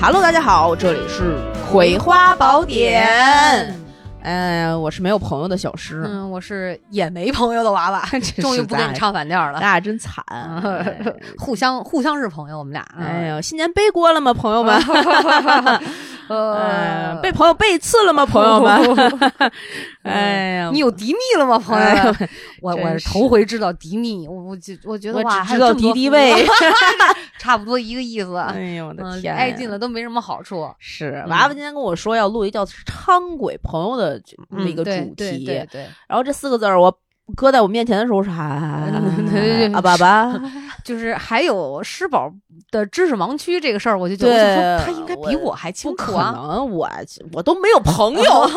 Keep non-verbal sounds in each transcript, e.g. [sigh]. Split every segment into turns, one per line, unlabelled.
Hello，大家好，这里是《葵花宝典》。哎，我是没有朋友的小诗，
嗯，我是也没朋友的
[laughs]
娃娃，终于不跟你唱反调
咱
了。嗯
俩真惨。
[laughs] 互相互相是朋友，我们俩。啊
哎
[laughs]
呦，新年背锅了吗，朋友们？
呃
[laughs] 哎，被朋友背刺了吗，朋友们？
[laughs]
哎呀，
嗯你有迪蜜了吗，朋友
哎呦？
我
[laughs] 真
我
是
是头回知道迪蜜，我我就我觉得
我
哇，
只知道敌敌畏， [laughs]
[laughs] 差不多一个意思。
哎呦我的
嗯，离
天，
太近了。都没什么好处。
是
嗯
娃娃今天跟我说要录一叫“汤鬼朋友”的这么
嗯
一个
对
主
对
题，
对对，
然后这四个字儿我搁在我面前的时候，我说啊
嗯对对
啊爸爸，
就是还有诗宝的知识盲区这个事儿，我就觉得
对
我就说他应该比我还清
不可
楚啊。
能，我我都没有朋 [laughs] 友，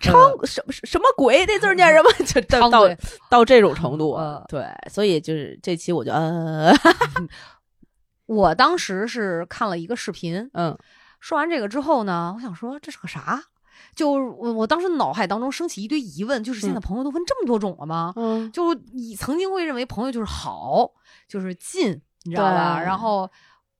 昌什么什么鬼？那字儿念什么？就到
汤
到
鬼
到这种程度
呃，
对，所以就是这期我就呃
我当时是看了一个视频，
[laughs] 嗯
说完这个之后呢，我想说这是个啥？就我我当时脑海当中升起一堆疑问，就是现在
嗯
朋友都分这么多种了吗？
[laughs] 嗯
就你曾经会认为朋友就是好，就是近，你知道吧？
对
然后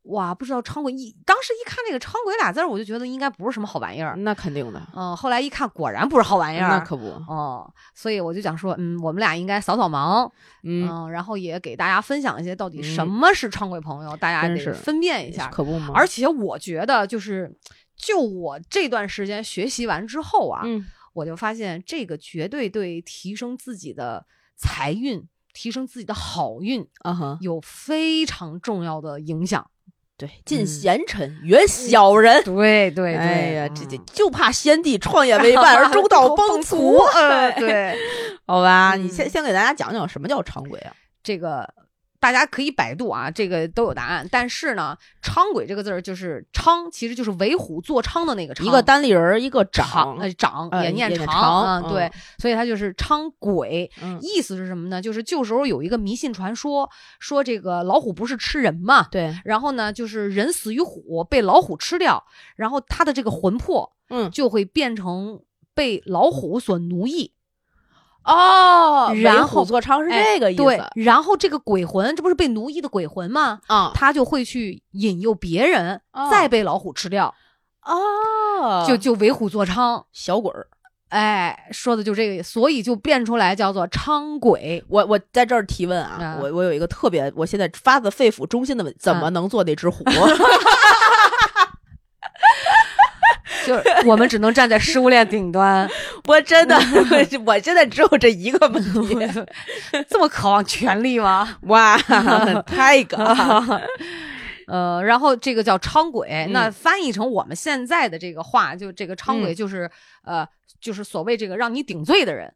哇，不知道昌鬼一当时一看这个昌鬼俩字儿，我就觉得应该不是什么好玩意儿。
那肯定的，哎
嗯，后来一看果然不是好玩意
那
儿。
可不，
哦，所以我就想说，嗯，我们俩应该扫扫盲，
嗯，
嗯，然后也给大家分享一些到底什
嗯
么是昌鬼朋友，大家
真
得
是
分辨一下。
可不嘛，
而且我觉得，就是就我这段时间学习完之后啊，
嗯
我就发现这个绝对对提升自己的财运、提升自己的好运
啊哈，
有非常重要的影响。
对，嗯进
嗯
贤臣远小人。
对对
哎呀，这 [laughs] 这就怕先帝创业为 [laughs] 办而中道崩
殂
殂。。 [laughs]
呃，对，
好吧，
嗯
你先先给大家讲讲什么叫长轨啊？
这个。大家可以百度啊，这个都有答案。但是呢，“昌鬼”这个字儿就是“昌”，其实就是为虎作伥的那个“昌”，
一个单立人儿，一个长
长，呃长
呃
也念
也念
长
长
啊，对，所以它就是昌鬼。
嗯，
意思是什么呢？就是旧时候有一个迷信传说，说这个老虎不是吃人嘛，
对，
然后呢，就是人死于虎，被老虎吃掉，然后他的这个魂魄
嗯，
就会变成被老虎所奴役，
哦
然
为虎
后哎
作伥是这个意
对
思，
然后这个鬼魂，这不是被奴役的鬼魂吗？
啊
他就会去引诱别人，
哦
再被老虎吃掉，
哦
就就为虎作伥。
小鬼儿。
哎，说的就这个，所以就变出来叫做伥鬼。
我我在这儿提问啊
啊，
我我有一个特别，我现在发自肺腑、衷心的问，怎么能做那只虎？
就是我们只能站在食物链顶
[laughs]
端，
[laughs]
[laughs]
我真的，我现在只有这一个问题。
这么渴望权力吗？ [laughs]
哇，太高了！
呃，然后这个叫伥鬼，
嗯
那翻译成我们现在的这个话，就这个伥鬼
嗯
就是、呃，就是所谓这个让你顶罪的人，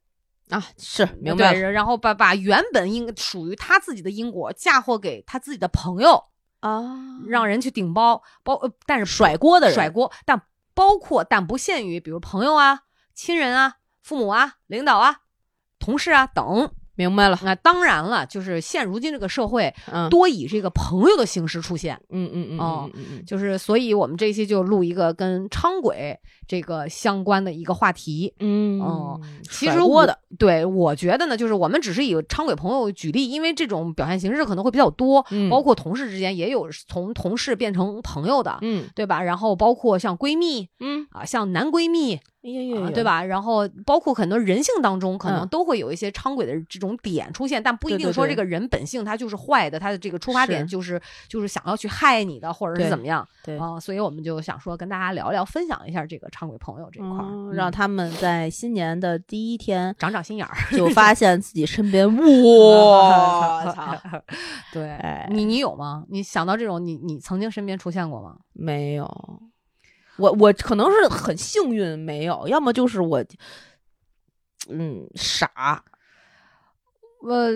啊，是明白了
对，然后把把原本应属于他自己的因果嫁祸给他自己的朋友，
啊，
让人去顶包包，呃但是
甩锅的人，
甩锅，但包括但不限于，比如朋友啊、亲人啊、父母啊、领导啊、同事啊等。
明白了，
那当然了，就是现如今这个社会
嗯，
多以这个朋友的形式出现，
嗯嗯嗯，
哦
嗯，嗯嗯
就是所以我们这一期就录一个跟伥鬼这个相关的一个话题。
嗯
哦，其
甩
实
锅
我
的，
对我觉得呢，就是我们只是以伥鬼朋友举例，因为这种表现形式可能会比较多，
嗯
包括同事之间也有从同事变成朋友的，
嗯
对吧？然后包括像闺蜜
嗯，
啊，像男闺蜜，
哎呀
啊
呀，
对？吧？然后包括很多人性当中，可能
嗯
都会有一些伥鬼的这种点出现，但不一
对对
定说
对
这个人本性他就是坏的，他的这个出发点
是
就是就是想要去害你的，或者
对
是怎么样
对。
啊、所以我们就想说跟大家聊聊，分享一下这个伥鬼朋友这一块儿，
哦
嗯
让他们在新年的第一天
长长心眼儿。
[laughs] 就发现自己身边， [laughs] 我操，
[laughs] 对
哎
你，你有吗？你想到这种，你你曾经身边出现过吗？
没有，我我可能是很幸运没有，要么就是我，嗯，傻，
呃，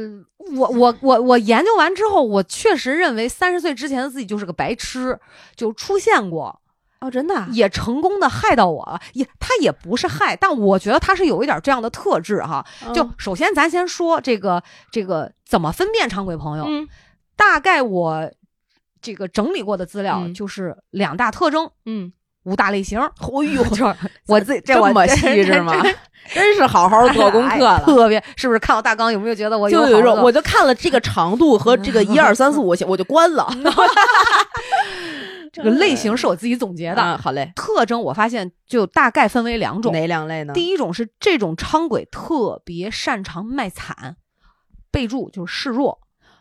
我我我我研究完之后，我确实认为三十岁之前的自己就是个白痴，就出现过。
哦，真的啊，
也成功的害到我了，也他也不是害，但我觉得他是有一点这样的特质哈。就
嗯
首先咱先说这个这个怎么分辨常规朋友，
嗯
大概我这个整理过的资料
嗯
就是两大特征，
嗯，
五大类型。
[laughs] 哎呦，
就是我自己
这
我
[laughs] 么细致吗？真是好好做功课
哎
了。
特别是不是看到大纲有没有觉得
[laughs]
我
就哎有
有
一种，
好
[laughs]
多
我就看了这个长度和这个一二三四五，我就关了。
这个类型是我自己总结的。
啊好嘞，
特征我发现就大概分为两种，
哪两类呢？
第一种是这种昌鬼特别擅长卖惨，备注就是示弱。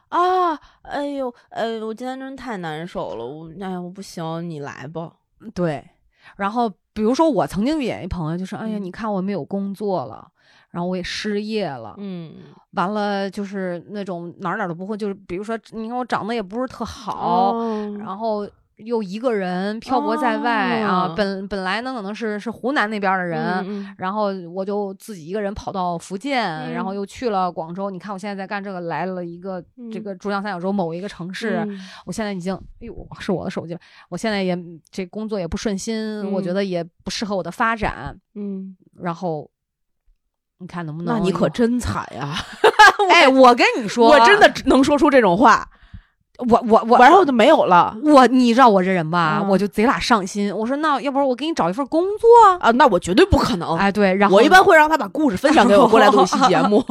啊，哎呦，哎呦，我今天真太难受了，我哎呀，我不行，你来吧。
对，然后比如说我曾经演一朋友，就是哎呀，
嗯
你看我没有工作了，然后我也失业了，
嗯，
完了就是那种哪儿哪儿都不会，就是比如说你看我长得也不是特好，
哦，
然后。又一个人漂泊在外啊，
哦
本本来呢可能是是湖南那边的人，
嗯
然后我就自己一个人跑到福建，
嗯
然后又去了广州。你看我现在在干这个，来了一个、这
嗯
个珠江三角洲某一个城市，
嗯
我现在已经，哎呦，是我的手机了。我现在也这工作也不顺心，我觉
嗯
得也不适合我的发展。
嗯，
然后你看能不能？
那你可真惨呀！ [laughs]
哎，我跟你说，
我真的能说出这种话，
我我我，
然后就没有了
我你知道我这人吧，
嗯
我就贼拉上心。我说那要不然我给你找一份工作？
啊！那我绝对不可能。
哎，对，然后
我一般会让他把故事分享给我，过来录一期节目。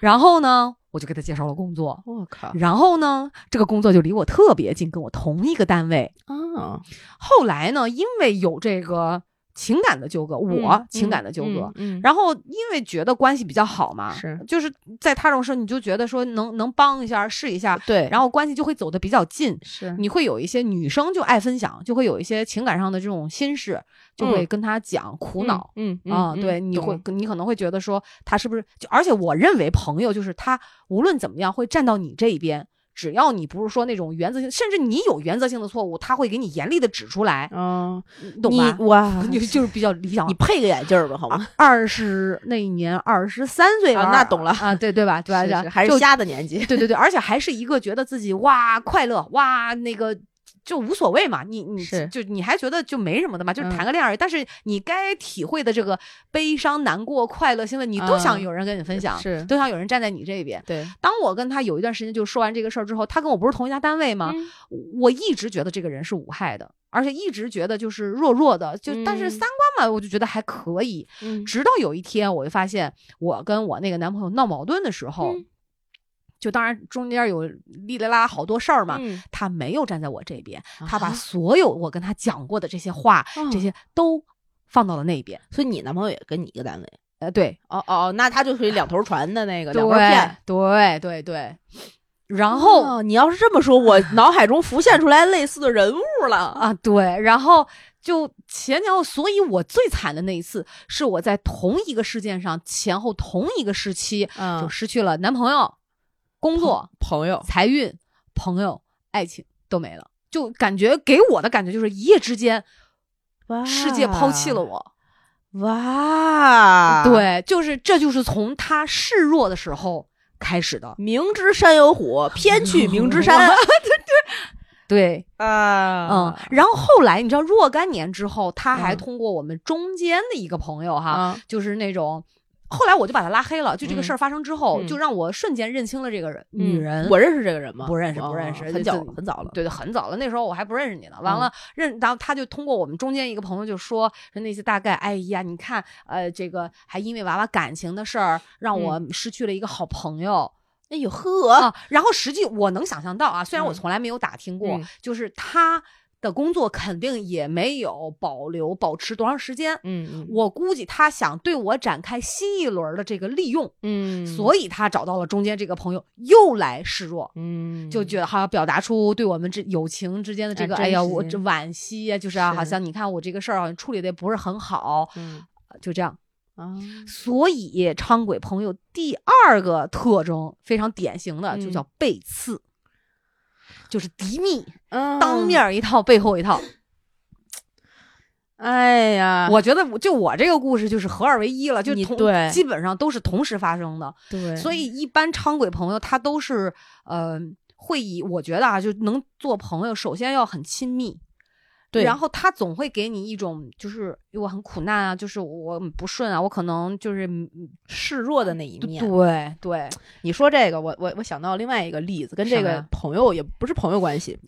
然后呢，我就给他介绍了工
[laughs]
作。
我靠
然后呢，这个工作就离我特别近，跟我同一个单位。
啊！
后来呢，因为有这个情感的纠葛，我情感的纠葛，，
嗯，
然后因为觉得关系比较好嘛，
是
就是在他这种事，你就觉得说能能帮一下试一下，
对，
然后关系就会走得比较近。
是
你会有一些女生就爱分享，就会有一些情感上的这种心事，就会跟他讲苦恼。
嗯
啊、对，你会，你可能会觉得说他是不是就，而且我认为朋友就是他无论怎么样会站到你这一边，只要你不是说那种原则性，甚至你有原则性的错误，他会给你严厉的指出来，
嗯，
你懂吧？
哇
[laughs] 就就是比较理想
[laughs] 你。配个眼镜儿吧，好吗？
二十那一年，二十三岁吧、
啊那懂了 [laughs]
啊，对对吧？对吧？
是
对
是
吧
还是
就
瞎的年纪，
对对对，而且还是一个觉得自己哇快乐哇那个就无所谓嘛，你你
是
就你还觉得就没什么的嘛，就是
嗯
谈个恋爱而已。但是你该体会的这个悲伤、难过、快乐、兴奋，你都想
嗯
有人跟你分享，
[laughs] 是
都想有人站在你这边。
对
当我跟他有一段时间就说完这个事儿之后，他跟我不是同一家单位吗？
嗯
我一直觉得这个人是无害的，而且一直觉得就是弱弱的，就、但是
嗯
三观嘛，我就觉得还可以。
嗯
直到有一天，我就发现我跟我那个男朋友闹矛盾的时候，
嗯
就当然中间有哩啦啦好多事儿嘛，
嗯
他没有站在我这边，他把
啊
所有我跟他讲过的这些话，这
哦
些都放到了那边。
所以你男朋友也跟你一个单位？
呃，对，
哦哦，那他就属于两头船的那个
对
两块片。，
对，对，对。然后、
哦你要是这么说，
[laughs]
我脑海中浮现出来类似的人物了。
啊，对，然后就前前后，所以我最惨的那一次是我在同一个事件上前后同一个时期
嗯
就失去了男朋友、工作、
朋友，
财运、朋友、爱情都没了，就感觉给我的感觉就是一夜之间，
啊
世界抛弃了我。
哇，，
对，就是这就是从他示弱的时候开始的。
明知山有虎，偏去明知山
对， [laughs] 嗯
啊，
然后后来你知道，若干年之后，他还
嗯
通过我们中间的一个朋友哈，
啊，
就是那种。后来我就把他拉黑了，就这个
嗯
事儿发生之后，
嗯
就让我瞬间认清了这个人、
嗯
女人。
我认识这个人吗？
不认识
哦
不认识
很
就
早了很早了。
对对，很早了，那时候我还不认识你呢。完
嗯
了，认，然后他就通过我们中间一个朋友就说，说那些大概，哎呀，你看，呃，这个还因为娃娃感情的事儿，让我失去了一个好朋友、
嗯哎呦呵，
啊。然后实际我能想象到啊，虽然我
嗯
从来没有打听过，
嗯
就是他的工作肯定也没有保留保持多长时间。
嗯
我估计他想对我展开新一轮的这个利用，
嗯
所以他找到了中间这个朋友，又来示弱。
嗯
就觉得好像表达出对我们这友情之间的这
哎
个，
真
哎呀，
是
我
这
这惋惜呀，就是啊，好
是
像你看我这个事儿好像处理的不是很好，
嗯
就这样。
啊，
所以昌鬼朋友第二个特征非常典型的，就
嗯
叫背刺，就是敌密，当
当
面儿一套，背后一套。
哎呀，
[laughs] 我觉得我就我这个故事就是合二为一了，就
你
同
对
基本上都是同时发生的。
对，
所以一般昌鬼朋友他都是呃会以我觉得啊，就能做朋友，首先要很亲密。
对
然后他总会给你一种，就是我很苦难啊，就是我很不顺啊，我可能就是嗯
示弱的那一面，
对对，
你说这个，我我我想到另外一个例子，跟这
什么
个
呀
朋友也不是朋友关系，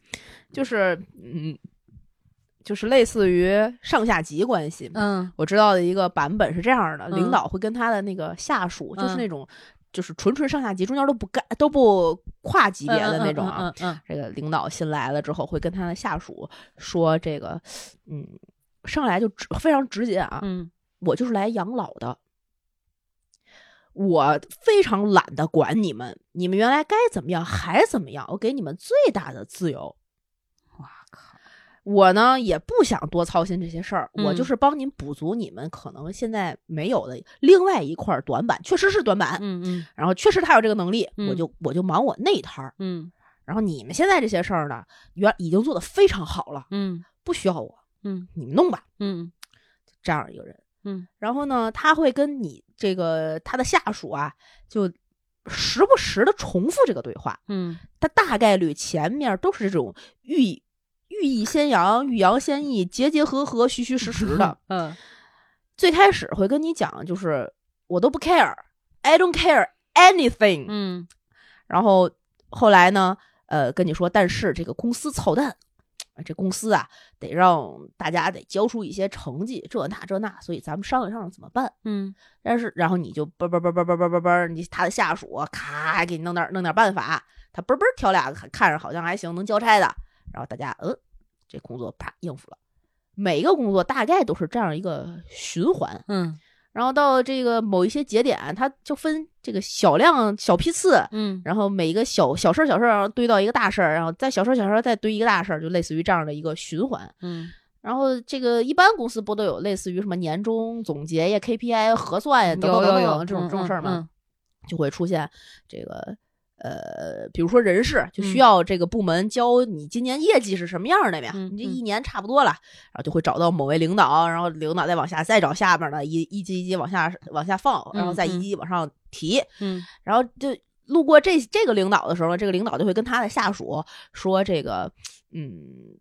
就是嗯，就是类似于上下级关系。
嗯
我知道的一个版本是这样的：
嗯
领导会跟他的那个下属，就是
嗯
那种。就是纯纯上下级，中间都不干都不跨级别的那种啊。
嗯嗯嗯嗯
这个领导新来了之后，会跟他的下属说：“这个，嗯，上来就直非常直接啊，
嗯
我就是来养老的，我非常懒得管你们，你们原来该怎么样还怎么样，我给你们最大的自由。
嗯，哇靠，
我呢也不想多操心这些事儿，我
嗯
就是帮您补足你们可能现在没有的另外一块短板，确实是短板，
嗯嗯
然后确实他有这个能力，我
嗯
就我就忙我那一摊儿。”
嗯
然后你们现在这些事儿呢，原已经做得非常好了，
嗯
不需要我，
嗯
你们弄吧。
嗯
这样一个人，
嗯
然后呢，他会跟你这个他的下属啊，就时不时的重复这个对话。
嗯。
他大概率前面都是这种欲欲意先扬、欲扬先抑、结结合合、虚虚实实的
[laughs] 嗯
最开始会跟你讲，就是我都不 care，I don't care anything，、
嗯
然后后来呢，呃，跟你说，但是这个公司操蛋，这公司啊，得让大家得交出一些成绩，这那这那，所以咱们商量商量怎么办。
嗯
但是然后你就嘣嘣嘣嘣嘣嘣嘣嘣，你他的下属啊咔给你弄点弄点办法，他嘣嘣挑俩看看着好像还行能交差的，然后大家嗯，这工作啪应付了。每一个工作大概都是这样一个循环，
嗯
然后到这个某一些节点，它就分这个小量小批次，
嗯
然后每一个小小事儿小事儿，然后堆到一个大事儿，然后再小事儿小事儿再堆一个大事儿，就类似于这样的一个循环。
嗯
然后这个一般公司不都有类似于什么年终总结呀、KPI 核算呀等等等等这种
嗯
这种事儿吗？？就会出现这个呃，比如说人事
嗯
就需要这个部门教你今年业绩是什么样儿的呀，
嗯
你这
嗯
一年差不多了，然后就会找到某位领导，然后领导再往下再找下边儿的一一级一级往下往下放，然后再
嗯
一
嗯
级往上提。
嗯
然后就路过这这个领导的时候呢，这个领导就会跟他的下属说：“这个，嗯，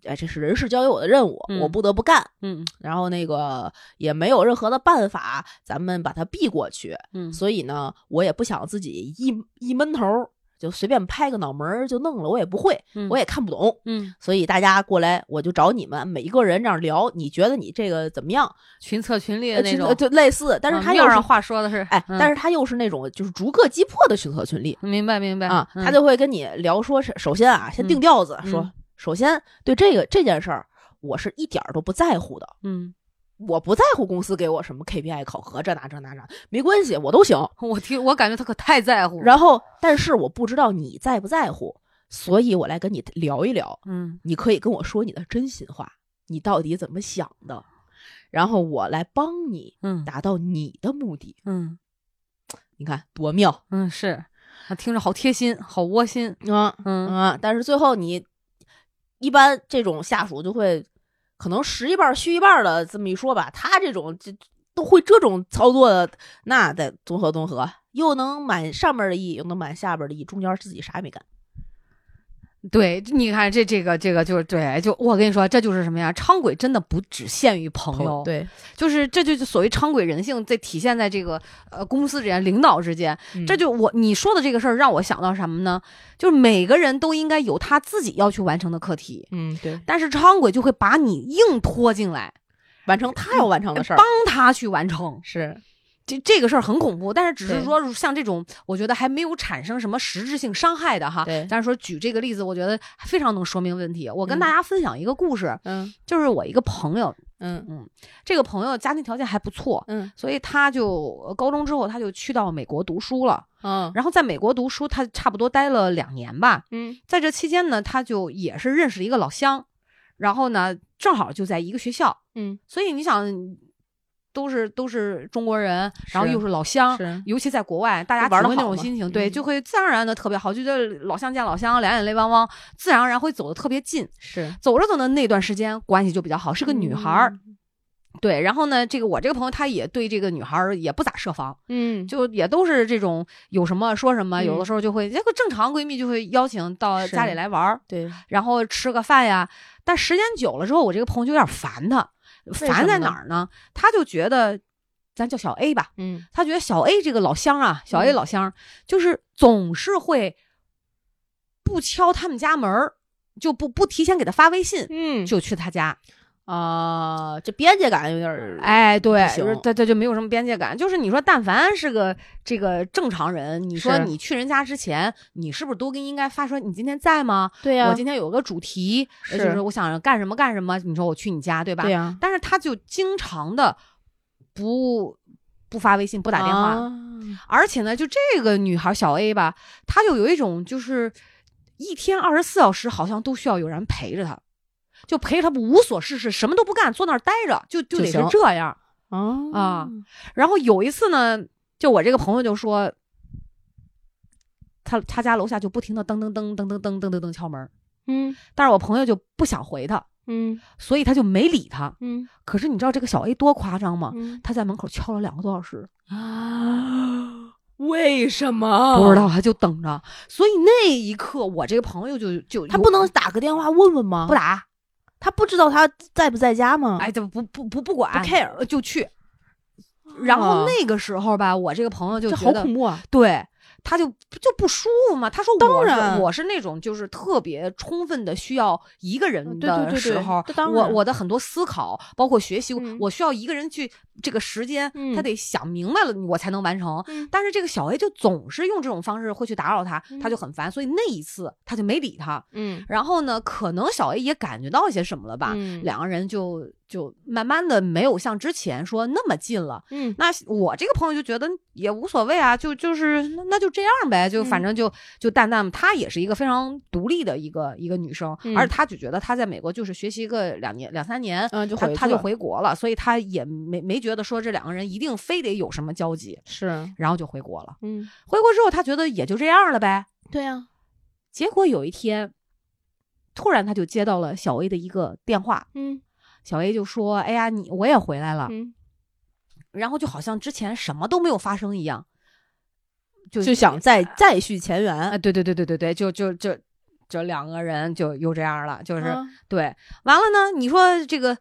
哎，这是人事交给我的任务，
嗯
我不得不干。
嗯
然后那个也没有任何的办法，咱们把它避过去。
嗯
所以呢，我也不想自己一一闷头儿就随便拍个脑门儿就弄了，我也不会，
嗯
我也看不懂。
嗯
所以大家过来，我就找你们每一个人这样聊，你觉得你这个怎么样？
群策群力
呃
的那
就
种
呃，就类似，但是
啊
他
面
又
儿
是
上。”话说的是，
哎，
嗯
但是他又是那种就是逐个击破的群策群力，
明白明白
啊，
嗯
他就会跟你聊说是，首先啊，先定
嗯
调子，说
嗯
首先对这个这件事儿，我是一点儿都不在乎的，
嗯，
我不在乎公司给我什么 KPI 考核这那这那这，没关系，我都行。
我听我感觉他可太在乎了，
然后，但是我不知道你在不在乎，所以我来跟你聊一聊，
嗯
你可以跟我说你的真心话，你到底怎么想的，然后我来帮你
嗯
达到你的目的。
嗯
你看多妙
嗯是，啊听着好贴心，好窝心，
啊！
嗯
啊，但是最后你一般这种下属就会可能实一半儿虚一半儿的这么一说吧，他这种这都会这种操作的，那得综合综合，又能满上面儿的意，又能满下边儿的意，中间儿自己啥也没干。
对，你看这这个这个就是对，就我跟你说，这就是什么呀？伥鬼真的不只限于朋友，，
对，
就是这就是所谓伥鬼人性，在体现在这个呃公司之间、领导之间。这
这就
就我你说的这个事儿，让我想到什么呢？就是每个人都应该有他自己要去完成的课题，
嗯对，
但是伥鬼就会把你硬拖进来，
完成他要完成的事儿
嗯帮他去完成。
是
这这个事儿很恐怖，但是只是
对
说像这种，我觉得还没有产生什么实质性伤害的哈。
对
但是说举这个例子，我觉得非常能说明问题。我跟
嗯
大家分享一个故事，
嗯
就是我一个朋友，
嗯
这个朋友家庭条件还不错，
嗯
所以他就呃高中之后他就去到美国读书了。
嗯
然后在美国读书，他差不多待了两年吧。
嗯
在这期间呢，他就也是认识了一个老乡，然后呢，正好就在一个学校，
嗯
所以你想，都是都是中国人，然后
是
又是老乡，
是
尤其在国外，大家
就玩
体
得
会那
好
种
嘛
心情，对，
嗯
就会自然而然的特别好，就觉得老乡见老乡，两眼泪汪汪，自然而然会走得特别近。
是
走着走着，那段时间关系就比较好，是
这
个女孩
嗯
儿，，对。然后呢，这个我这个朋友她也对这个女孩儿也不咋设防，
嗯就
就也都是这种有什么说什么，
嗯
有的时候就会这个正常闺蜜就会邀请到
是
家里来玩儿，
对
然后吃个饭呀。但时间久了之后，我这个朋友就有点烦她，
什么
烦在
呢
哪儿呢？她就觉得，咱叫小 A 吧，
嗯
他觉得小 A 这个老乡啊，小 A
嗯
老乡儿就是总是会不敲他们家门儿，就不不提前给他发微信，
嗯
就去他家。啊、
这边界感有点儿，
哎，对，
嗯行
就是他他就没有什么边界感。就是你说，但凡是个这个正常人，你说
是
你去人家之前，你是不是都跟应该发说你今天在吗？
对呀、
我今天有个主题，呃就是
是
我想干什么干什么。你说我去你家，对吧？
对呀、
但是他就经常的不不发微信，不打电话，
啊
而且呢，就这个女孩小 A 吧，她就有一种就是一天二十四小时好像都需要有人陪着她，就陪着她无所事事，什么都不干，坐那儿待着，就
就
就得是
行
这样。
啊
啊然后有一次呢，就我这个朋友就说，他他家楼下就不停的噔噔噔噔噔噔噔噔噔敲门儿，
嗯
但是我朋友就不想回他，
嗯
所以他就没理他。
嗯
可是你知道这个小 A 多夸张吗？
嗯
他在门口敲了两个多小时，
啊，为什么
不知。道他就等着。所以那一刻，我这个朋友就就
他
有
不能打个电话问问吗？
不，打，
他不知道他在不在家吗？
哎，就不不不不管
嗯不 care
呃就去。然后
啊
那个时候吧，我这个朋友就
这
觉
好
得
恐怖啊！
对，他就就不舒服嘛。他说
当
我
然
是我是那种就是特别充分的需要一个人
嗯对对
的
对
时
对
候
这，当
我
然
我的很多思考，包括学习，
嗯
我需要一个人去这个时间，
嗯
他得想明白了我才能完成。
嗯
但是这个小 A 就总是用这种方式会去打扰他，他
嗯
就很烦，所以那一次他就没理他。
嗯
然后呢，可能小 A 也感觉到一些什么了吧，
嗯
两个人就就慢慢的没有像之前说那么近了。
嗯
那我这个朋友就觉得也无所谓啊，就就是那那就这样呗，就反
嗯
正就、就淡淡。她也是一个非常独立的一个一个女生，
嗯
而且她就觉得她在美国就是学习个两年两三年，
嗯，就
呃她
回
她
去
就
了
回国了，所以她也没没觉得说这两个人一定非得有什么交集，
是
然后就回国了。
嗯，
回国之后，她觉得也就这样了呗。
对呀，
结果有一天，突然她就接到了小 A 的一个电话，
嗯
小 A 就说：“哎呀，你我也回来了。”
嗯，
然后就好像之前什么都没有发生一样，就
就想再再续前
啊，
缘，
对对对对对对，就就就就两个人就又这样了，就、
就是
对，完了呢，你说这个。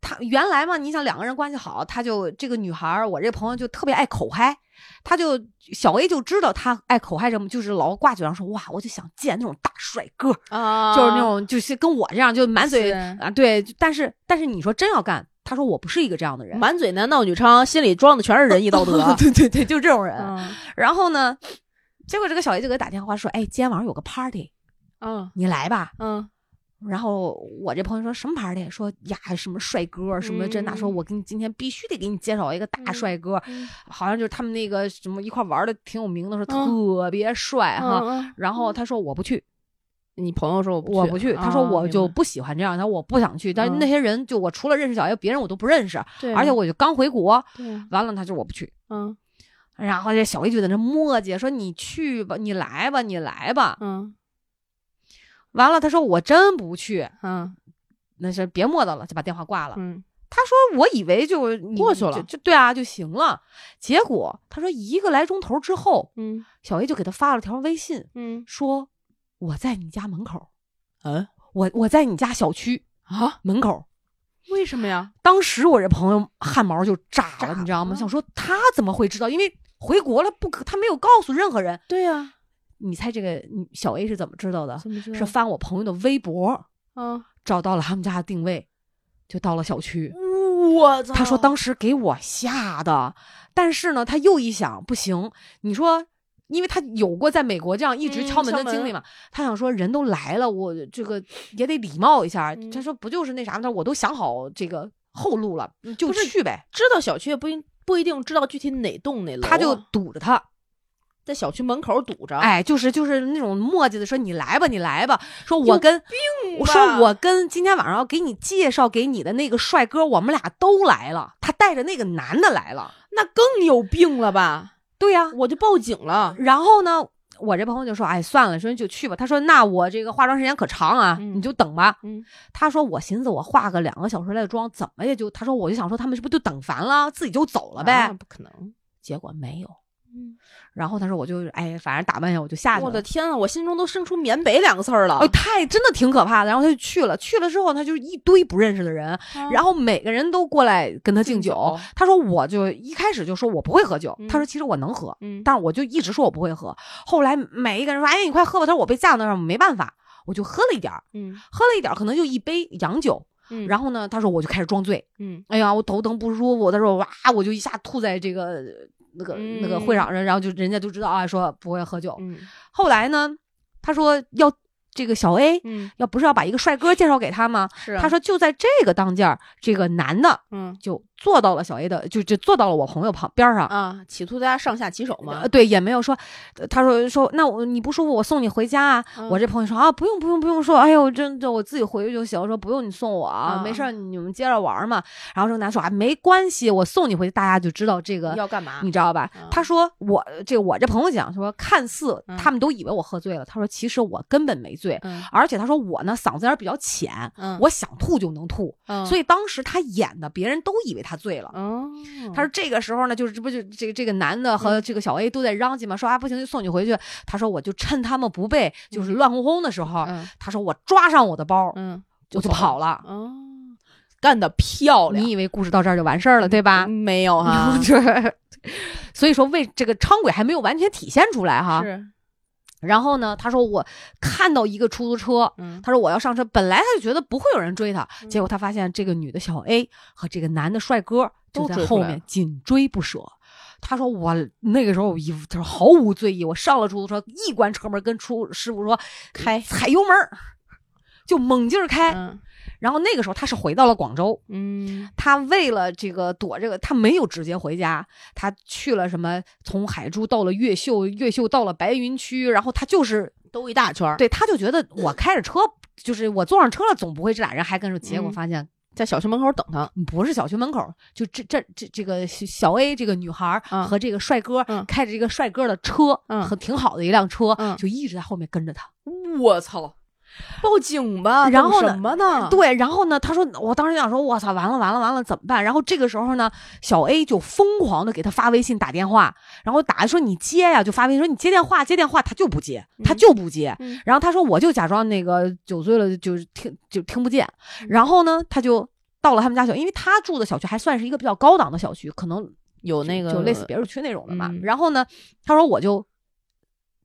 他原来嘛，你想两个人关系好，他就这个女孩儿，我这朋友就特别爱口嗨，他就小 A 就知道他爱口嗨什么，就是老挂嘴上说哇，我就想见那种大帅哥，
啊，
就是那种就是跟我这样就满嘴
是
啊对，但是但是你说真要干，他说我不是一个这样的人，
满嘴男盗女娼，心里装的全是仁义道德。
[laughs] 对对对，就这种人，
嗯
然后呢，结果这个小 A 就给他打电话说：“哎，今天晚上有个 party，
嗯
你来吧。
嗯”
然后我这朋友说什么 party？说呀，什么帅哥，什么这那，
嗯
说我给你今天必须得给你介绍一个大
嗯
帅哥，
嗯
好像就是他们那个什么一块玩的挺有名的，说
嗯
特别帅哈。
嗯，
然后他说我不去，
你朋友说
我
我
不
不哦
去。啊他说我就不喜欢这样，他说我不想去。但是
嗯
那些人就我除了认识小 A，别人我都不认识，
对啊，
而且我就刚回国，
对啊，
完了他就我不去。
嗯
然后这小 A 就在那磨叽说：“你去吧，你来吧，你来吧。”
嗯
完了，他说我真不去，
嗯
那是别磨叨了，就把电话挂了。
嗯，
他说我以为就你
过去了
就就对啊就行了。结果他说一个来钟头之后，
嗯
小 A 就给他发了条微信，
嗯
说我在你家门口，
嗯
我我在你家小区
啊，
门口。
为什么呀？
当时我这朋友汗毛就炸
炸
了，你知道吗？
了
想说他怎么会知道？因为回国了不可，他没有告诉任何人。
对呀，
你猜这个嗯小 A 是怎么知道的？
怎么知
是
道？
翻我朋友的微博，
嗯，
找到了他们家的定位，就到了小区。
我操！
他说当时给我吓的，但是呢，他又一想，不行，你说。因为他有过在美国这样一直
嗯
敲门的
敲门
经历嘛，他想说人都来了，我这个也得礼貌一下。
嗯
他说不就是那啥吗？他说我都想好这个后路了，你就
不是
去呗。
知道小区也不一不一定知道具体哪栋哪楼啊，
他就堵着他，
在小区门口堵着。，
哎，就是就是那种磨叽的说你来吧，你来吧。说我跟我说
吧
我跟今天晚上要给你介绍给你的那个帅哥，我们俩都来了。他带着那个男的来了。
那更有病了 [laughs] 吧？
对呀、
我就报警了。
然后呢，我这朋友就说：“哎，算了，说就去吧。”他说：“那我这个化妆时间可长啊，
嗯
你就等吧。
嗯”
他说：“我寻思我化个两个小时来的妆，怎么也就……他说我就想说他们是不是就等烦了，自己就走了呗？
啊不可能。
结果没有。
嗯，
然后他说我就哎，反正打扮一下我就下去
我的
了。
天啊，我心中都生出“缅北”两个字儿了
哦，。太真的挺可怕的。然后他就去了，去了之后他就一堆不认识的人，然后每个人都过来跟他敬
嗯敬
酒
酒。
他说我就一开始就说我不会喝酒，
嗯
他说其实我能喝，
嗯，
但我就一直说我不会喝。后来每一个人说：“哎，你快喝吧。”他说：“我被架到那儿，没办法，我就喝了一点儿，
嗯
喝了一点儿，可能就一杯洋酒。”
嗯
然后呢，他说我就开始装醉，
嗯
哎呀，我头疼不舒服，他说哇，我就一下吐在这个那个那个会场上，然后就人家就知道啊，说不会喝酒。
嗯
后来呢，他说要这个小 A
嗯，
要不是要把一个帅哥介绍给他吗？
是啊
他说就在这个当间儿，这个男的
嗯
就坐到了小 A 的，就就坐到了我朋友旁边儿上。
啊，企图大家上下其手嘛
呃，。对，也没有说，呃他说说那我你不舒服，我送你回家啊。
嗯
我这朋友说啊，不用不用不用说，哎呦，真的我自己回去就行。说不用你送我啊，
啊
没事儿，你们接着玩儿嘛。然后这个男说啊，没关系，我送你回去，大家就知道这个，
嗯要干嘛
你？知道吧？
嗯
他说我这我这朋友讲说，看似
嗯
他们都以为我喝醉了，他说其实我根本没醉，
嗯
而且他说我呢嗓子眼儿比较浅，
嗯，
我想吐就能吐，
我
所以当时他演的，别人都以为他醉了。
嗯哦，
他说这个时候呢，就是这不就这个这个男的和这个小 A 都在嚷叽嘛，说啊不行就送你回去。他说我就趁他们不备，就是乱哄哄的时候，
嗯
他说我抓上我的包，
嗯
我就跑了。
哦，干得漂亮啊
你，以为故事到这儿就完事儿了，对吧？？
没有哈
哦 [laughs] 就是，嗯所以说为这个伥鬼还没有完全体现出来哈。
是，
然后呢，他说我看到一个出租车，
嗯
他说我要上车，本来他就觉得不会有人追他，
嗯
结果他发现这个女的小 A 和这个男的帅哥就
都
在
追
后
出来
面
了
紧追不舍。他说我那个时候我一他说毫无醉意，我上了出租车，一关车门跟出师傅说
开
踩油门儿，就猛劲儿开。
嗯
然后那个时候他是回到了广州，
嗯
他为了这个躲这个，他没有直接回家，他去了什么从海珠到了越秀，越秀到了白云区，然后他就是
兜一大圈儿，
对，他就觉得我开着车，就是我坐上车了，总不会这俩人还跟着。结果
嗯
发现
在小区门口等他。
不是小区门口，就这这这这个小小 A 这个女孩
嗯
和这个帅哥
嗯
开着这个帅哥的车，
嗯
很挺好的一辆车，
嗯
就一直在后面跟着他。
我操！报警吧！
然
等
后呢
什么呢？
对，然后呢，他说，我当时想说，我操，完了完了完了，怎么办？然后这个时候呢，小 A 就疯狂的给他发微信打电话，然后打说你接呀，就发微信说你接电话接电话，他就不接，他
嗯
就不接。
嗯
然后他说我就假装那个酒醉了，就是听就听不见。
嗯
然后呢，他就到了他们家小区，因为他住的小区还算是一个比较高档的小区，可能
有那个
就类似别墅区那种的嘛。
嗯
然后呢，他说我就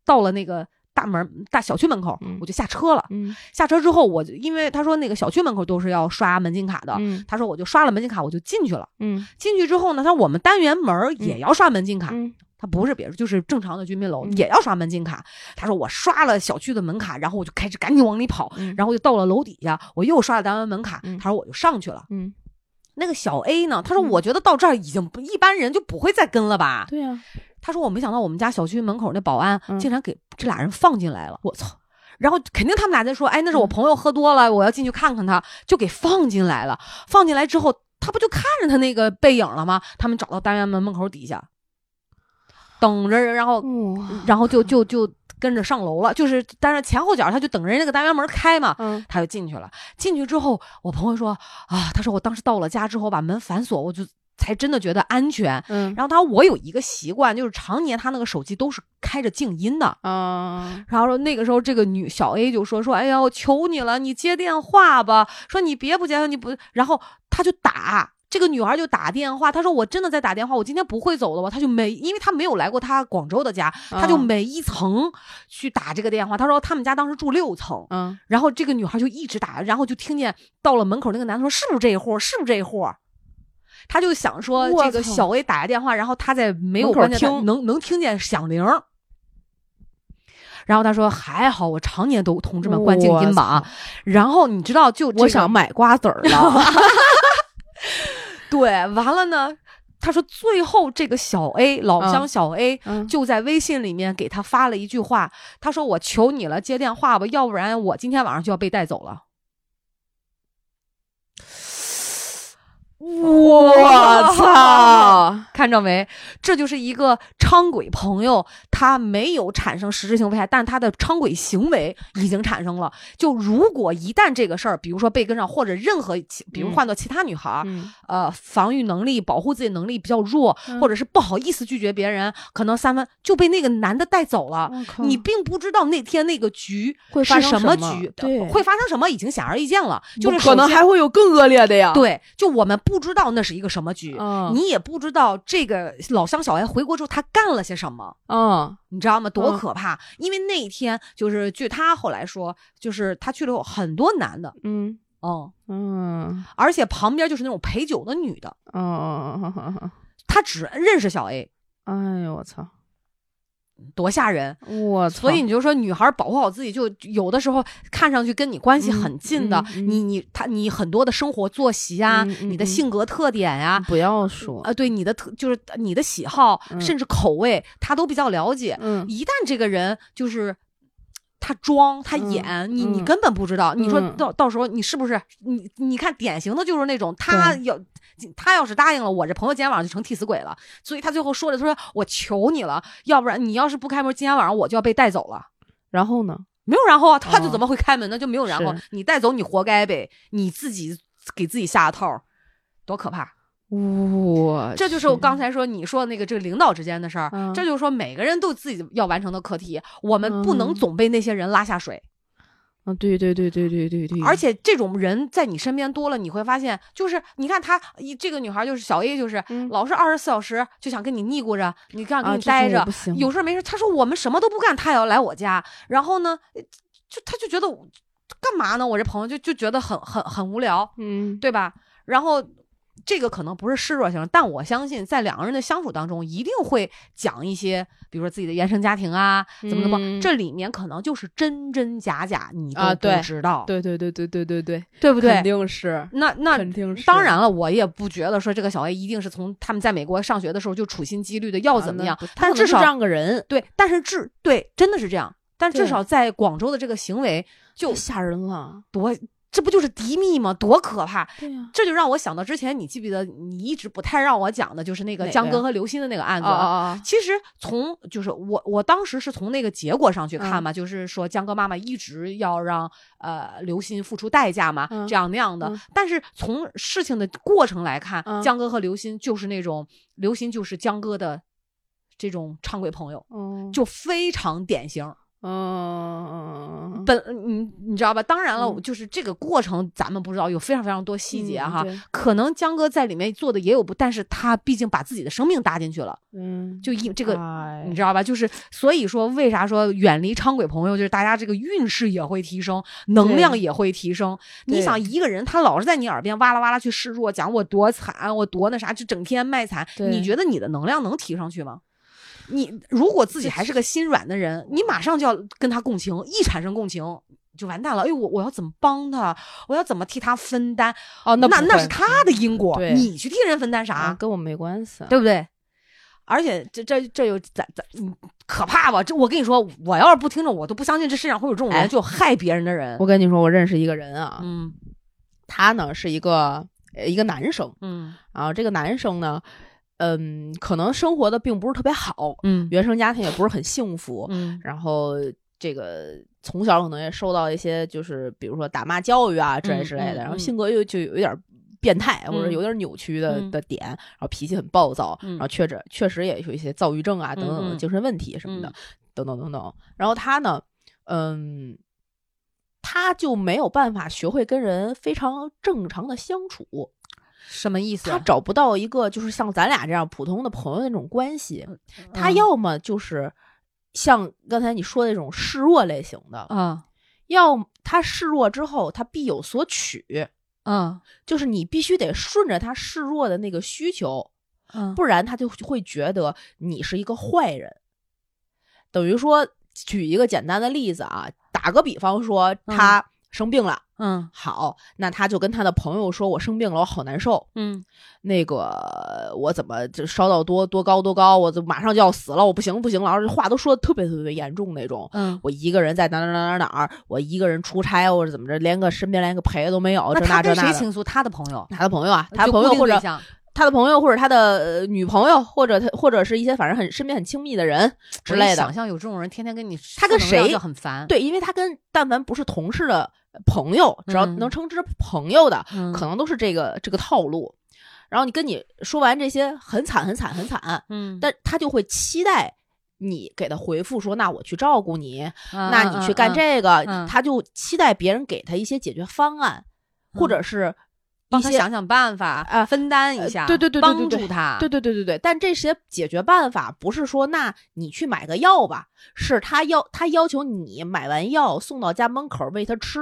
到了那个大门大小区门口，
嗯
我就下车了。
嗯
下车之后，我就因为他说那个小区门口都是要刷门禁卡的。
嗯
他说：“我就刷了门禁卡，我就进去了。
嗯
进去之后呢，他说我们单元门儿也要刷门禁卡，
嗯
他不是别墅，就是正常的居民楼，
嗯
也要刷门禁卡。他说我刷了小区的门卡，然后我就开始赶紧往里跑，
嗯
然后就到了楼底下，我又刷了单元门卡。
嗯
他说我就上去了。
嗯，
那个小 A 呢？他说
嗯
我觉得到这儿已经不一般人就不会再跟了吧。
对呀，
他说我没想到我们家小区门口那保安
嗯
竟然给这俩人放进来了。我操！然后肯定他们俩在说，哎，那是我
嗯
朋友喝多了，我要进去看看他，就给放进来了。放进来之后，他不就看着他那个背影了吗？他们找到单元门门口底下，等着，然后
嗯
然后就就就跟着上楼了，就是但是前后脚他就等着那个单元门开嘛，
嗯
他就进去了。进去之后，我朋友说啊，他说我当时到了家之后把门反锁，我就才真的觉得安全。
嗯
然后他说我有一个习惯，就是常年他那个手机都是开着静音的。
啊
然后说那个时候这个女小 A 就说说，哎呀，我求你了，你接电话吧，说你别不接，你不，然后他就打。这个女孩就打电话，她说我真的在打电话，我今天不会走的吧？她就每，因为她没有来过她广州的家，她就
啊
每一层去打这个电话。她说他们家当时住六层，
嗯
然后这个女孩就一直打，然后就听见到了门口那个男的说：“是不是这一户？是不是这一户？”他就想说
我
这个
操
小 A 打个电话，然后他在没有
门口
关键的
听
能能听见响铃儿。然后他说：“还好，我常年都同志们关静音吧啊。”然后你知道就、这个
我
[laughs]
想买瓜子儿了。
对，完了呢。他说最后这个小 A 老乡
嗯
小 A、
[laughs] 嗯
就在微信里面给他发了一句话，他说：“我求你了，接电话吧，要不然我今天晚上就要被带走了。”
我操！
看着没？这就是一个伥鬼朋友，他没有产生实质性危害，但他的伥鬼行为已经产生了。就如果一旦这个事儿，比如说被跟上，或者任何其，比如
嗯
换做其他女孩儿，
嗯
呃，防御能力、保护自己能力比较弱，
嗯
或者是不好意思拒绝别人，可能三分就被那个男的带走了。
我靠
你并不知道那天那个局
嗯会
是
发生
什么
什么
局，
对
会发生什么已经显而易见了，就是
可能
首先
还会有更恶劣的呀。
对，就我们不知道那是一个什么局，
嗯，
你也不知道这个老乡小 A 回国之后他干了些什么，
嗯
你知道吗？多
嗯
可怕！因为那一天就是据他后来说，就是他去了有很多男的，
嗯
嗯，
嗯，
而且旁边就是那种陪酒的女的，
哦哦哦哦，
她只认识小 A，
哎呦我操，
多吓人！呃
我操，
所以你就说，女孩保护好自己，就有的时候看上去跟你关系
嗯
很近的，
嗯嗯
你你她你很多的生活作息啊，
嗯嗯
你的
嗯
性格特点呀、啊，
不要说，
对你的特就是你的喜好，
嗯
甚至口味，她都比较了解。
嗯，
一旦这个人就是他装他
嗯
演，你你
嗯
根本不知道。你说
嗯
到到时候你是不是你你看典型的就是那种他要他要是答应了我这朋友今天晚上就成替死鬼了，所以他最后说了，他说我求你了，要不然你要是不开门，今天晚上我就要被带走了。
然后呢？
没有然后啊，他就
哦
怎么会开门呢？就没有然后
是，
你带走你活该呗，你自己给自己下的套儿，多可怕！
我
这就是我刚才说你说的那个这个领导之间的事儿，
呃嗯
这就是说每个人都有自己要完成的课题，我们不能
嗯
总被那些人拉下水，
啊，对对对对对对对，
而且这种人在你身边多了，你会发现，就是你看她一这个女孩就是小 A，就是、
嗯
老是二十四小时就想跟你腻咕着，你想跟
啊
你
这种
待
我
着，
不行
有事儿没事儿，她说我们什么都不干，她也要来我家，然后呢，呃就她就觉得我干嘛呢？我这朋友就就觉得很很很无聊，
嗯，
对吧？然后这个可能不是示弱型，但我相信在两个人的相处当中，一定会讲一些，比如说自己的原生家庭啊，怎么怎么，
嗯
这里面可能就是真真假假，你都
啊
不
对
知道，
对对对对对对对，
对不
肯
对？
定是，
那那
肯定是，
当然了，我也不觉得说这个小 A 一定是从他们在美国上学的时候就处心积虑的要
要
怎么样，
但
但至
至
少
少这样个人
对，但是至对真的是这样，但至
对
少在广州的这个行为就
太吓人了，
多，这不就是敌密吗？多可怕！
对呀，
这就让我想到之前，你记不记得你一直不太让我讲的，就是那个
哪个
江
呀
歌和刘鑫的那个案
啊
子。
啊啊，
其实从就是我我当时是从那个结果上去
嗯
看嘛，就是说江歌妈妈一直要让呃刘鑫付出代价嘛，
嗯
这样那样的。
嗯
但是从事情的过程来看，
嗯
江歌和刘鑫就是那种刘鑫就是江歌的这种唱鬼朋友，
哦，
就非常典型。
嗯，
本你你知道吧？当然了，
嗯
就是这个过程咱们不知道，有非常非常多细节啊
嗯
哈。
对
可能江哥在里面做的也有不，但是他毕竟把自己的生命搭进去了，
嗯，
就因这个。
哎
你知道吧？就是所以说，为啥说远离昌鬼朋友，就是大家这个运势也会提升，能量也会提升。你
对
想一个人，他老是在你耳边哇啦哇啦去示弱，讲我多惨，我多那啥，就整天卖惨，
对
你觉得你的能量能提上去吗？你如果自己还是个心软的人，你马上就要跟他共情，一产生共情就完蛋了。哎呦，我我要怎么帮他？我要怎么替他分担？
哦，
那
那不
那
会
是他的因果，
对
你去替人分担啥
啊，，跟我没关系，
对不对？而且这这这又咋咋嗯可怕吧？这我跟你说，我要是不听着，我都不相信这世上会有这种人，
哎
就害别人的人。
我跟你说，我认识一个人啊，
嗯
他呢是一个呃一个男生，
嗯
然后这个男生呢，嗯，可能生活的并不是特别好，
嗯
原生家庭也不是很幸福，
嗯
然后这个从小可能也受到一些就是比如说打骂教育啊之类之类的，
嗯嗯
然后
嗯
性格又就有一点。变态
嗯
或者有点扭曲的、
嗯
的点，然后脾气很暴躁，
嗯
然后确诊确实也有一些躁郁症啊等等
嗯
的
嗯
精神问题什么的，
嗯
等等等等。然后他呢，嗯，他就没有办法学会跟人非常正常的相处，
什么意思？
他找不到一个就是像咱俩这样普通的朋友那种关系，
嗯
他要么就是像刚才你说的那种示弱类型的，
啊
要么他示弱之后他必有所取，
啊
就是你必须得顺着他示弱的那个需求，
啊
不然他就会觉得你是一个坏人。等于说，举一个简单的例子啊，打个比方说，他生病了，
嗯
好，那他就跟他的朋友说：“我生病了，我好难受。”
嗯
那个我怎么就烧到多多高多高，我就马上就要死了，我不行不行了，而且话都说的特别特别严重那种。
嗯，
我一个人在哪儿哪儿哪儿哪儿哪儿，我一个人出差或者怎么着，连个身边连个陪的都没有，
那
这
他
那这
跟
那
谁
的。
倾诉？他的朋友，
他的朋友啊，他
就
的朋友
固定
或者
对象
他的朋友或者他的呃女朋友，或者他或者是一些反正很身边很亲密的人之
我一
类
哎想
的。
象有这种人天天跟你，
他跟谁
就很烦。，
对，因为他跟但凡不是同事的朋友，只要
嗯
能称之朋友的，
嗯
可能都是这个这个套路。然后你跟你说完这些很惨很惨很惨，
嗯，
但他就会期待你给他回复说，那我去照顾你，
啊
那你去干，这个，
嗯
他就期待别人给他一些解决方案，或
嗯
者是
帮
一
他
些。
想想办法
啊
分担一
呃
下，
对对对对对
帮
对
助他，
对对对对对，但这些解决办法不是说，那你去买个药吧，是他要他要求你买完药送到家门口喂他吃，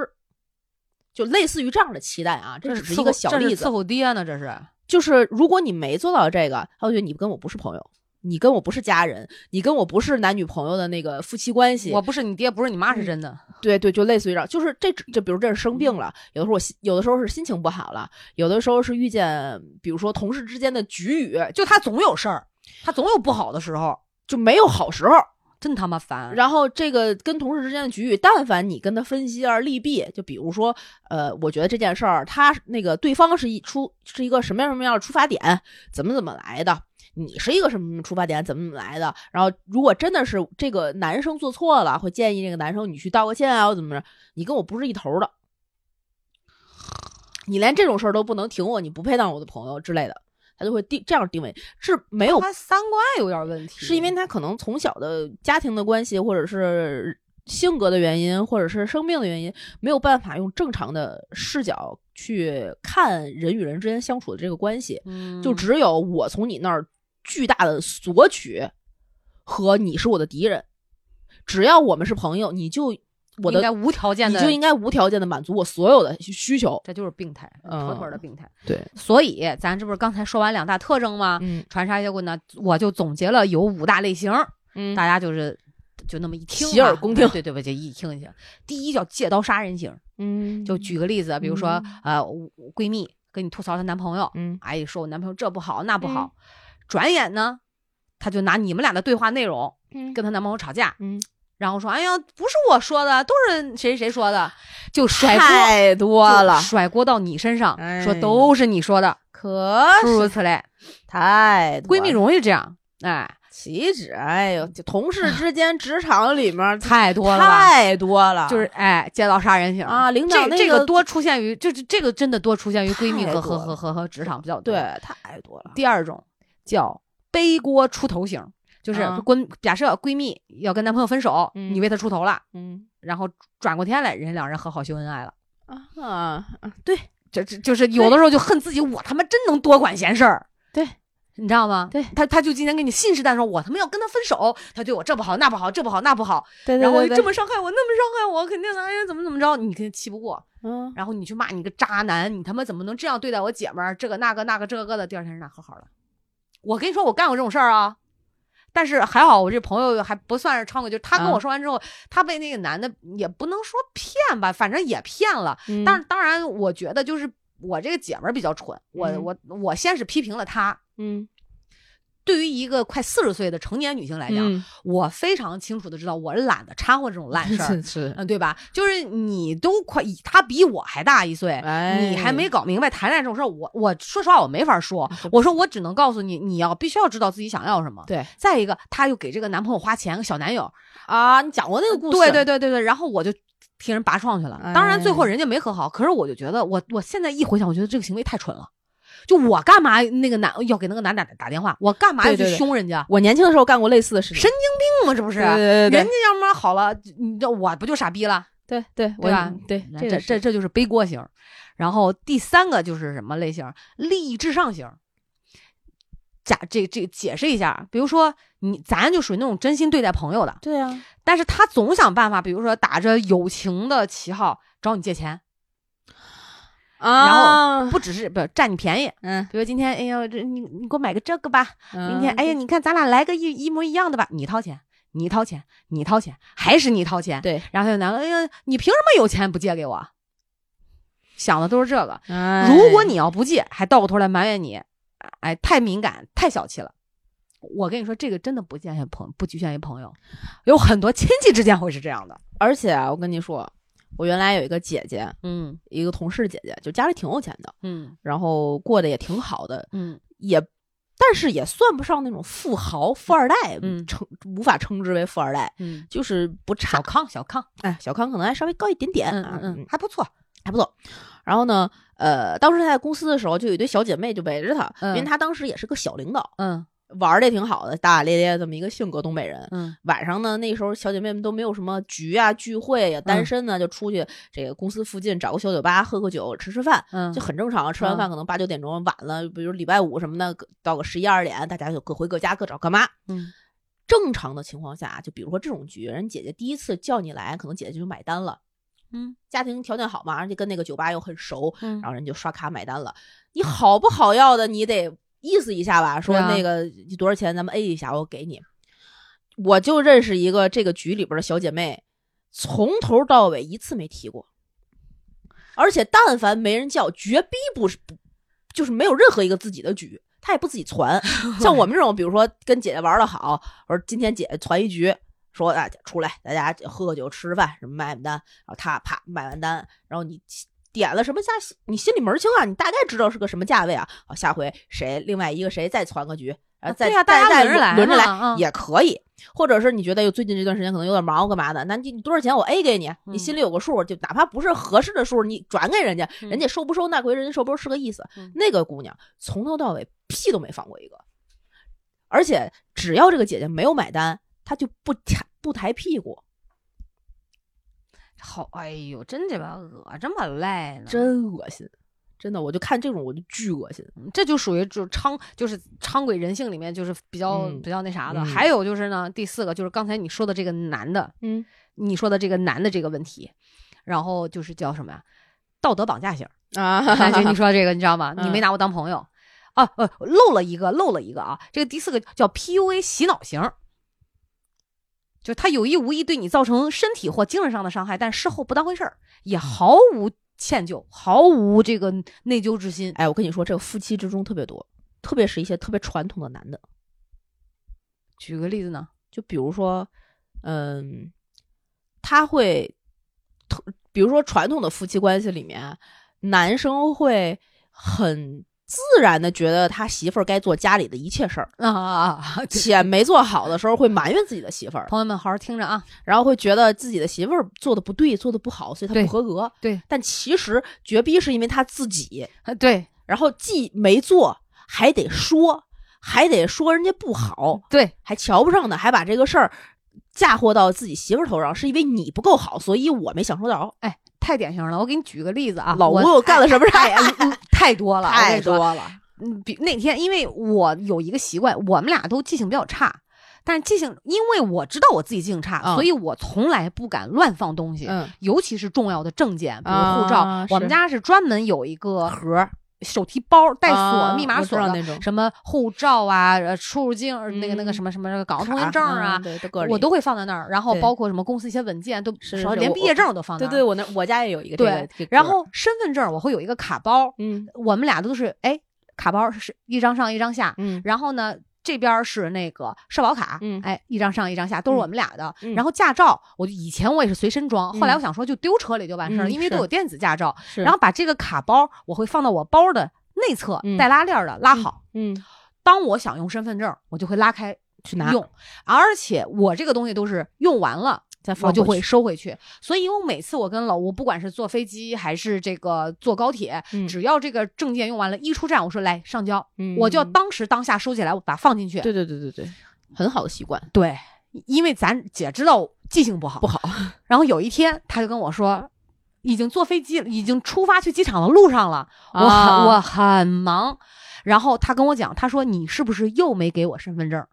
就类似于这样的期待啊，这只是一个小例
伺
子。
候爹呢，这是
就是如果你没做到这个，他会觉得你跟我不是朋友，你跟我不是家人，你跟我不是男女朋友的那个夫妻关系。
我不是你爹，不是你
嗯
妈，是真的。
对对，就类似于这样，就是这这，比如这是生病了，有的时候我心有的时候是心情不好了，有的时候是遇见，比如说同事之间的局语，
就他总有事儿，他总有不好的时候，
就没有好时候。
真他妈烦。
然后这个跟同事之间的局域，但凡你跟他分析而利弊，就比如说，呃，我觉得这件事儿，他那个对方是一出是一个什么样什么样的出发点，怎么怎么来的，你是一个什么什么出发点，怎么怎么来的。然后如果真的是这个男生做错了，会建议这个男生你去道个歉啊，或怎么着，你跟我不是一头的，你连这种事儿都不能挺我，你不配当我的朋友之类的，他就会定这样定位，是没有
他三观有点问题，
是因为他可能从小的家庭的关系，或者是性格的原因，或者是生病的原因，没有办法用正常的视角去看人与人之间相处的这个关系，
嗯
就只有我从你那儿巨大的索取和你是我的敌人。只要我们是朋友，你就我
应该
的
无条件
你
的，
就应该无条件的满足我所有的需求。
这就是病态，妥妥的
嗯
病态。
对，
所以咱这不是刚才说完两大特征吗？
嗯
传沙结棍呢，我就总结了有五大类型，
嗯
大家就是就那么一听吧，
洗耳恭听
哎对对吧？就一听一下。第一叫借刀杀人型，
嗯
就举个例子，比如说、呃，我我闺蜜跟你吐槽她男朋友，
嗯
哎，说我男朋友这不好那不好，转眼呢，她就拿你们俩的对话内容
嗯
跟她男朋友吵架，
嗯，
然后说，哎呀，不是我说的，都是谁谁说的，就甩锅。
太多了
就，甩锅到你身上，
哎
说都是你说的，
可
诸如此类。
太多
闺蜜
了
容易这样，哎，
岂止？哎呦，就同事之间、职场里面
太多了吧，
太多了，
就是哎，借刀杀人型
啊，领导
这
那
这个多出现于，就是这个真的多出现于闺蜜
太
和
多
和
了
和和和职场比较多。
对，太多了，
第二种叫背锅出头型，就是
啊
闺、假设闺蜜要跟男朋友分手，
嗯
你为她出头了，
嗯
然后转过天来，人两人和好秀恩爱了。
[laughs] 啊啊，对
这这就是有的时候就恨自己，我他妈真能多管闲事儿。
对。
你知道吗？
对
他，他就今天跟你信誓旦旦说，我他妈要跟他分手，他对我这不好那不好，这不好那不好，
对
然后
对
这
对，
么伤害我，那么伤害我，肯定的，哎呀，怎么怎么着，你肯定气不过，
嗯，
然后你去骂你个渣男，你他妈怎么能这样对待我姐们儿？这个那个那个这个的，第二天人俩和好了。我跟你说，我干过这种事儿啊，但是还好我这朋友还不算是猖鬼，就是他跟
啊
我说完之后，他被那个男的也不能说骗吧，反正也骗了。
嗯
但是当然，我觉得就是我这个姐们儿比较蠢，我、
嗯
我我先是批评了他。
嗯
对于一个快四十岁的成年女性来讲，
嗯，
我非常清楚的知道，我懒得掺和这种烂事儿。
[laughs] 是是，
嗯，对吧？就是你都快，他比我还大一岁，
哎
你还没搞明白谈恋爱这种事儿，我我说实话我没法说，我说我只能告诉你，你要必须要知道自己想要什么。
对
再一个，她又给这个男朋友花钱，小男友，
啊，你讲过那个故事，
对对对对对，然后我就替人拔创去了。当然最后
哎
人家没和好，可是我就觉得我我现在一回想，我觉得这个行为太蠢了。就我干嘛那个男要给那个男打打电话，我干嘛要
对
去
对对
凶人家？
我年轻的时候干过类似的事情，啊
神病吗？这不嗯是？
对对对对
人家要么好了，你知道我不就傻逼了？
对对
对吧
我对，
那
这
这
个
这这就是背锅型儿。然后第三个就是什么类型儿？利益至上型儿。假这这解释一下儿，比如说你咱就属于那种真心对待朋友的，
对啊，
但是他总想办法，比如说打着友情的旗号找你借钱，
啊，
不只是不占你便宜。
嗯，
比如今天，哎呀，这你你给我买个这个吧，明天，
嗯
哎呀，，你看咱俩来个一一模一样的吧，你掏钱，你掏钱，你掏钱，还是你掏钱。
对，
然后他就男的，哎呀，你凭什么有钱不借给我？啊想的都是这个。
哎
如果你要不借，还倒过头来埋怨你，哎，太敏感，太小气了。我跟你说，这个真的不限于朋，不局限于朋友，有很多亲戚之间会是这样的。
而且啊，我跟你说，我原来有一个姐姐，
嗯
一个同事姐姐，就家里挺有钱的，
嗯
然后过得也挺好的，
嗯
也，但是也算不上那种富豪、富二代，
嗯
称无法称之为富二代，
嗯，
就是不
小
差。
康小康，
哎，小康可能还稍微高一点点
嗯
啊，
嗯嗯，，还不错。
还不错。然后呢，呃，当时他在公司的时候，就有一堆小姐妹就围着他，
嗯
因为他当时也是个小领导，
嗯
玩的也挺好的，大大咧咧这么一个性格，东北人。
嗯
晚上呢，那时候小姐妹们都没有什么局啊、聚会呀、
嗯
单身呢、啊就出去这个公司附近找个小酒吧喝喝酒、吃吃饭，
嗯
就很正常。吃完饭可能八九点钟晚了，比如礼拜五什么的，到个十一二点，大家就各回各家，各找各妈。
嗯
正常的情况下，就比如说这种局，人姐姐第一次叫你来，可能姐姐就买单了，
嗯
家庭条件好嘛，而且跟那个酒吧又很熟，
嗯
然后人就刷卡买单了。你好不好要的，你得意思一下吧，说
对啊
那个你多少钱，咱们 A 一下，我给你。我就认识一个这个局里边的小姐妹，从头到尾一次没提过，而且但凡没人叫，绝逼不是不就是没有任何一个自己的局，她也不自己传。
[laughs]
像我们这种，比如说跟姐姐玩的好，我说今天姐姐传一局，说啊出来大家喝喝酒吃吃饭，什么买买单，然后她啪买完单，然后你点了什么价，你心里门儿清啊，你大概知道是个什么价位啊。好，下回谁另外一个谁再传个局，然后再、
啊对
再
呀大家
再
轮着来
轮着
嘛
来、
嗯
也可以。或者是你觉得哟，最近这段时间可能有点忙，干嘛的？那你你多少钱我 A 给你，你心里有个数，就哪怕不是合适的数，你转给人家，
嗯
人家收不收那归人家收不收是个意思。
嗯
那个姑娘从头到尾屁都没放过一个，而且只要这个姐姐没有买单，她就不抬不抬屁股，
好，哎呦，真这把恶这么赖呢，
真恶心。真的，我就看这种我就巨恶心。
嗯这就属于就是猖，就是猖鬼人性里面就是比较、
嗯
比较那啥的。
嗯
还有就是呢，第四个就是刚才你说的这个男的，
嗯，
你说的这个男的这个问题，然后就是叫什么呀？道德绑架型。 [laughs]
啊，
就你说这个，你知道吗？你没
嗯
拿我当朋友。啊，呃，漏了一个，漏了一个啊！这个第四个叫 PUA 洗脑型，就是他有意无意对你造成身体或精神上的伤害，但事后不当回事儿，也毫无歉疚，毫无这个内疚之心。
哎，我跟你说，这个夫妻之中特别多，特别是一些特别传统的男的，
举个例子呢？
就比如说，嗯，他会，特比如说传统的夫妻关系里面，男生会很自然的觉得他媳妇儿该做家里的一切事儿，
[laughs] 啊啊 [laughs] 啊！对
且没做好的时候会埋怨自己的媳妇儿，
朋友们好好听着啊！
然后会觉得自己的媳妇儿做的不对，做的不好，所以他
对
不合格。
对
但其实绝逼是因为他自己，
啊对
然后既没做，还得说，还得说人家不好，
对，
还瞧不上呢，还把这个事儿嫁祸到自己媳妇儿头上，是因为你不够好，所以我没享受到。
哎，太典型了！我给你举个例子啊，
老吴
我
又干了什么事儿 [laughs]
哎哎嗯太多了，我跟你
太
说
多了，
嗯，比那天因为我有一个习惯，我们俩都记性比较差，但是记性，因为我知道我自己记性差，
嗯
所以我从来不敢乱放东西，
嗯，
尤其是重要的证件，比如护照。
啊
我们
是
家是专门有一个盒，手提包带锁、
啊
密码
我知
锁
道
的，
那种
什么护照啊、呃出入境、那个那个
嗯
什么什么港澳
卡
通行证啊
嗯。对，都搁
我
里
都会放在那儿，然后
对
包括什么公司一些文件都，
是
说
是
连
我
毕业证都放那
对
儿。
对，我那我家也有一个这
对
个，这个
然后身份证我会有一个卡包，
嗯
我们俩都是哎，卡包是一张上一张下，
嗯
然后呢，这边儿是那个社保卡，
嗯
哎，一张上一张下，都是
嗯
我们俩的。
嗯
然后驾照，我就以前我也是随身装，后
嗯
来我想说就丢车里就完事儿了，
嗯
因为都
是
有电子驾照。
是
然后把这个卡包，我会放到我包的内侧，
嗯
带拉链儿的拉好。
嗯
当我想用身份证，我就会拉开
去拿
用，而且我这个东西都是用完了。
再
我
放
就
回
会
去
收回去。所以我每次我跟老吴，不管是坐飞机还是这个坐高铁，
嗯
只要这个证件用完了，一出站我说来上交，
嗯
我就要当时当下收起来，我把它放进去。
对对对对对，很好的习惯，
对因为咱姐知道我记性不好，
不好，
然后有一天她就跟我说。已经坐飞机了，已经出发去机场的路上了。我很、
啊
我很忙，然后她跟我讲，她说你是不是又没给我身份证？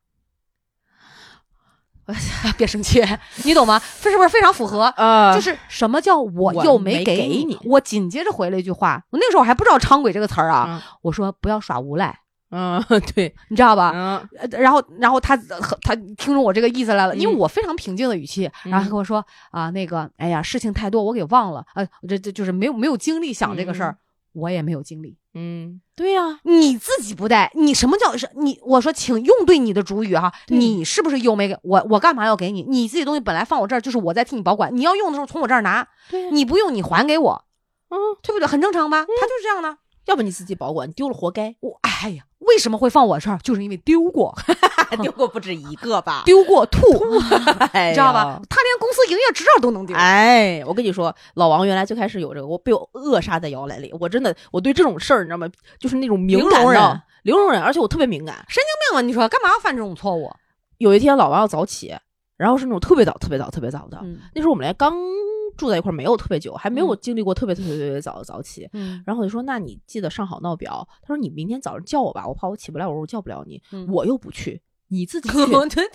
别
[laughs]
生气，你懂吗？这是不是非常符合？
呃
就是什么叫我
我
又
没
给
给
你
你？
我紧接着回了一句话，我那个时候还不知道“猖鬼”这个词儿啊，
嗯
我说不要耍无赖，
嗯对
你知道吧？
嗯
呃然后，然后他他听出我这个意思来了，因为
嗯
我非常平静的语气，然后他
嗯
跟我说啊，那个，哎呀，事情太多，我给忘了，呃，这这就是没有没有精力想这个事儿，我也没有精力。
嗯对呀，
你自己不带，你什么叫是？你我说，请用对你的主语哈，
对
你是不是又没给我？我干嘛要给你？你自己东西本来放我这儿，就是我在替你保管，你要用的时候从我这儿拿，
对呀，
你不用你还给我，
嗯，
对不对？很正常吧？他就是这样的。
要不你自己保管，丢了活该，
我哎呀，为什么会放我这儿？就是因为丢过，
[laughs] 丢过不止一个吧，
丢过吐，
哎
你知道
呦
吧？他连公司营业执照都能丢。
哎，我跟你说，老王原来最开始有这个，我被我扼杀在摇篮里。我真的，我对这种事儿，你知道吗？就是那种敏
零
感
容忍
的零容忍，而且我特别敏感。
命啊！你说干嘛要犯这种错误？啊
有一天老王要早起，然后是那种特别早、特别早、特别早的。
嗯
那时候我们俩刚住在一块儿，没有特别久，还没有经历过特别特别特别特别早的早起。
嗯，
然后我就说：“那你记得上好闹表。”他说：“你
[laughs]
明天早上叫我吧，我怕我起不来。”我说：“我叫不了你，
嗯 [laughs]
我又不去，你自己去。
对对，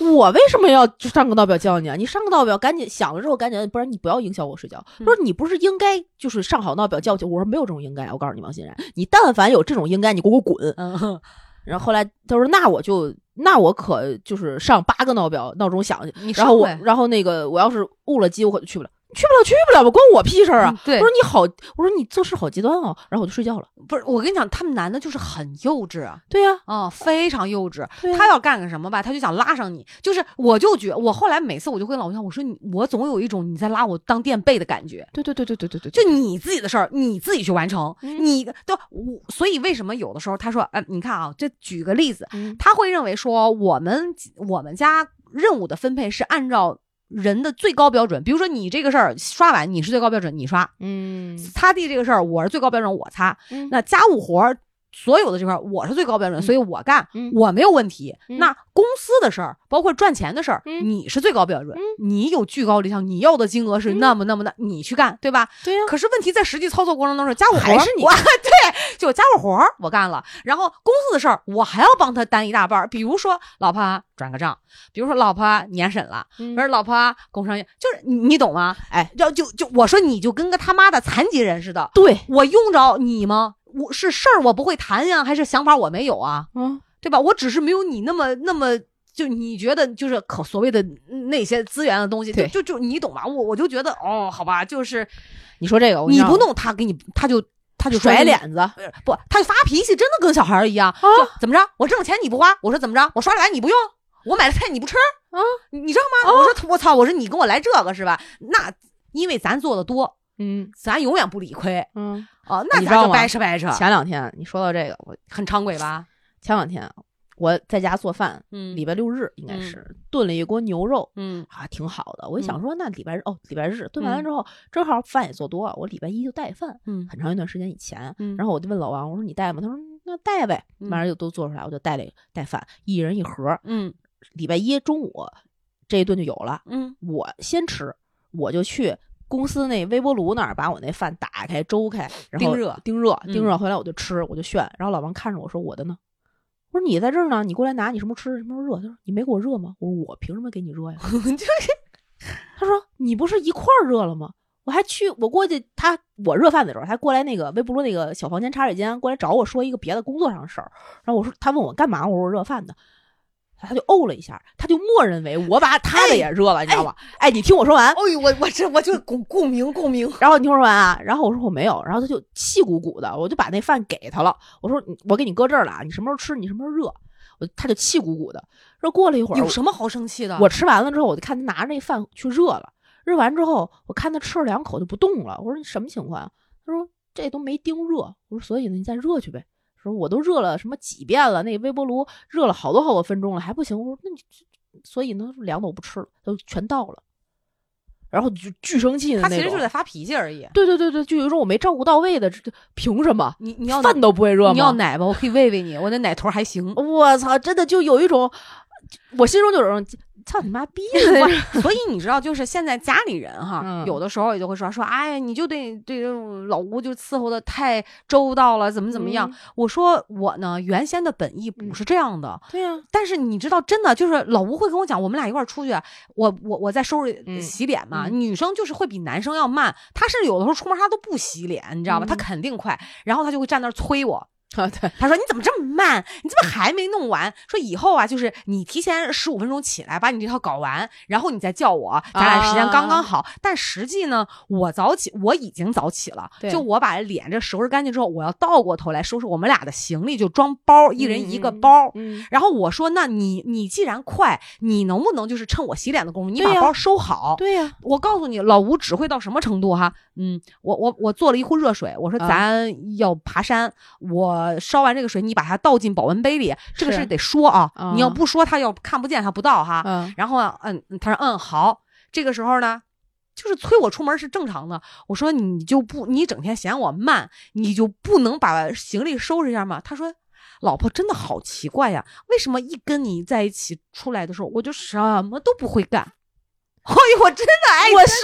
我为什么要上纲到表教你啊？你上纲到表，赶紧想了之后赶紧，不然你不要影响我睡觉。他说你不是应该就是上好闹表教去？我说没有这种应该，我告诉你王欣然，你但凡有这种应该，你给我滚！
嗯，
然后后来他说那我就那我可就是上八个闹表闹钟响去，
你
然后我
上呗
然后那个我要是误了机我可就去不了，去不了去不了吧，关我屁事儿啊！
嗯对
我说你好，我说你做事好极端哦，然后我就睡觉了。
不是，我跟你讲，他们男的就是很幼稚啊，
对呀、
啊、非常幼稚。
对呀
他要干个什么吧，他就想拉上你。就是，我就觉，我后来每次我就跟老公讲，我说你，我总有一种你在拉我当垫背的感觉。
对对对对对对对，
就你自己的事儿，你自己去完成，
嗯
你对我，所以为什么有的时候他说，哎、你看啊，这举个例子，
嗯
他会认为说我们我们家任务的分配是按照人的最高标准，比如说你这个事儿刷碗你是最高标准，你刷；
嗯
擦地这个事儿我是最高标准，我擦。
嗯
那家务活儿所有的这块儿我是最高标准，所以我干。
嗯
我没有问题。
嗯
那公司的事儿，包括赚钱的事儿，
嗯嗯
你是最高标准，你有巨高理想，你要的金额是那么那么的，你去干，对吧？
对呀、
可是问题在实际操作过程当中，家务活儿
还是你
我 [laughs] 对，就家务活儿我干了，然后公司的事儿我还要帮他担一大半儿，比如说老婆啊转个账，比如说老婆啊年审了，
嗯
而老婆啊工伤，就是你你懂吗？
哎，
要就就我说你就跟个他妈的残疾人似的，
对，
我用着你吗？我是事儿我不会谈呀，还是想法我没有啊？
嗯
对吧？我只是没有你那么那么。就你觉得就是可所谓的那些资源的东西，就
对
就就你懂吧？我我就觉得哦，好吧，就是
你说这个，我跟
你
你
不
弄
弄他给你，他就他就
甩
说你
脸，子，
不是不，他就发脾气，真的跟小孩儿一样。就怎么着？我挣钱你不花，我说怎么着？我刷了碗你不用，我买的菜你不吃
啊
你你知道吗？我说我操，我说你跟我来这个是吧？那因为咱做的多，
嗯
咱永远不理亏
嗯。
哦。那
你知
咱
道
就
吗
掰扯掰扯，
前两天你说到这个，我
很长轨吧？
前两天我在家做饭，
嗯
礼拜六日应该是炖了一锅牛肉。
嗯
啊，挺好的。我一想说，那礼拜日哦，礼拜日炖完了之后，正好饭也做多了，我礼拜一就带饭。
嗯
很长一段时间以前，
嗯
然后我就问老王，我说你带吗？他说那带呗。
嗯
完了就都做出来，我就带了一带饭，一人一盒。
嗯
礼拜一中午这一顿就有了，
嗯
我先吃，我就去公司那微波炉那儿把我那饭打开、粥开，然后
叮热
叮热、
嗯
叮热回来我就吃，我就炫。然后老王看着我说：“我的呢？”我说：“你在这儿呢，你过来拿，你什么时候吃，什么时候热？”他说：“你没给我热吗？”我说：“我凭什么给你热呀？”
嗯 [laughs]
他说：“你不是一块儿热了吗？”我还去，我过去，他我热饭的时候，他过来那个微波炉那个小房间茶水间过来找我说一个别的工作上的事儿，然后我说他问我干嘛，我说我热饭呢，他就哦了一下，他就默认为我把他的也热了，你知道吗？哎，你听我说完，
哎呦，我我这我就共共鸣共鸣。
然后你听我说完啊，然后我说我没有，然后他就气鼓鼓的，我就把那饭给他了，我说你我给你搁这儿了啊，你什么时候吃，你什么时候热，我他就气鼓鼓的。说过了一会儿
有，啊什么好生气的？
我吃完了之后，我就看他拿着那饭去热了，热完之后，我看他吃了两口就不动了，我说你什么情况啊？他说这都没叮热，我说所以呢，你再热去呗。说我都热了什么几遍了，那微波炉热了好多好多分钟了还不行，我说那你所以呢凉的我不吃了，他就全倒了，然后就巨生气的那
他
种。
其实就是在发脾气而已。
对对对对，就有一种我没照顾到位的，这这凭什么？
你你要
饭都不会热吗？
你要奶吧，我可以喂喂你，我那奶头
[laughs]
还行。
我操，真的就有一种，我心中就有一种操你妈
[laughs]
逼的那种。
我所以你知道，就是现在家里人哈，
嗯
有的时候也就会说说，哎，你就对对老吴就伺候的太周到了，怎么怎么样？
嗯
我说我呢，原先的本意不是这样的。
对呀、
但是你知道，真的就是老吴会跟我讲，我们俩一块儿出去，我我我在收拾、
嗯
洗脸嘛，
嗯
女生就是会比男生要慢，她甚至有的时候出门她都不洗脸，你知道吗？
嗯
她肯定快，然后她就会站那儿催我，
[laughs] 啊，对，
他说：“你怎么这么慢？你怎么还没弄完？说以后啊，就是你提前十五分钟起来，把你这套搞完，然后你再叫我，咱俩时间刚
啊
刚好。但实际呢，我早起，我已经早起了。
对
就我把脸这收拾干净之后，我要倒过头来收拾我们俩的行李，就装包，一人一个包。
嗯，
然后我说：“那你你既然快，你能不能就是趁我洗脸的功夫，你
对
把
呀
包收好？
对呀、
我告诉你，老吴只会到什么程度哈？嗯，我我我做了一壶热水，我说
啊
咱要爬山，我烧完这个水，你把它倒进保温杯里，这个
是
事得说啊，
啊
你要不说他要看不见他不到哈。
嗯，
然后啊，嗯，他说嗯好，这个时候呢。就是催我出门是正常的，我说你就不，你整天嫌我慢，你就不能把行李收拾一下吗？他说，老婆真的好奇怪呀，为什么一跟你在一起出来的时候，我就什么都不会干？ [laughs] 哎呦，我真的哎，
我生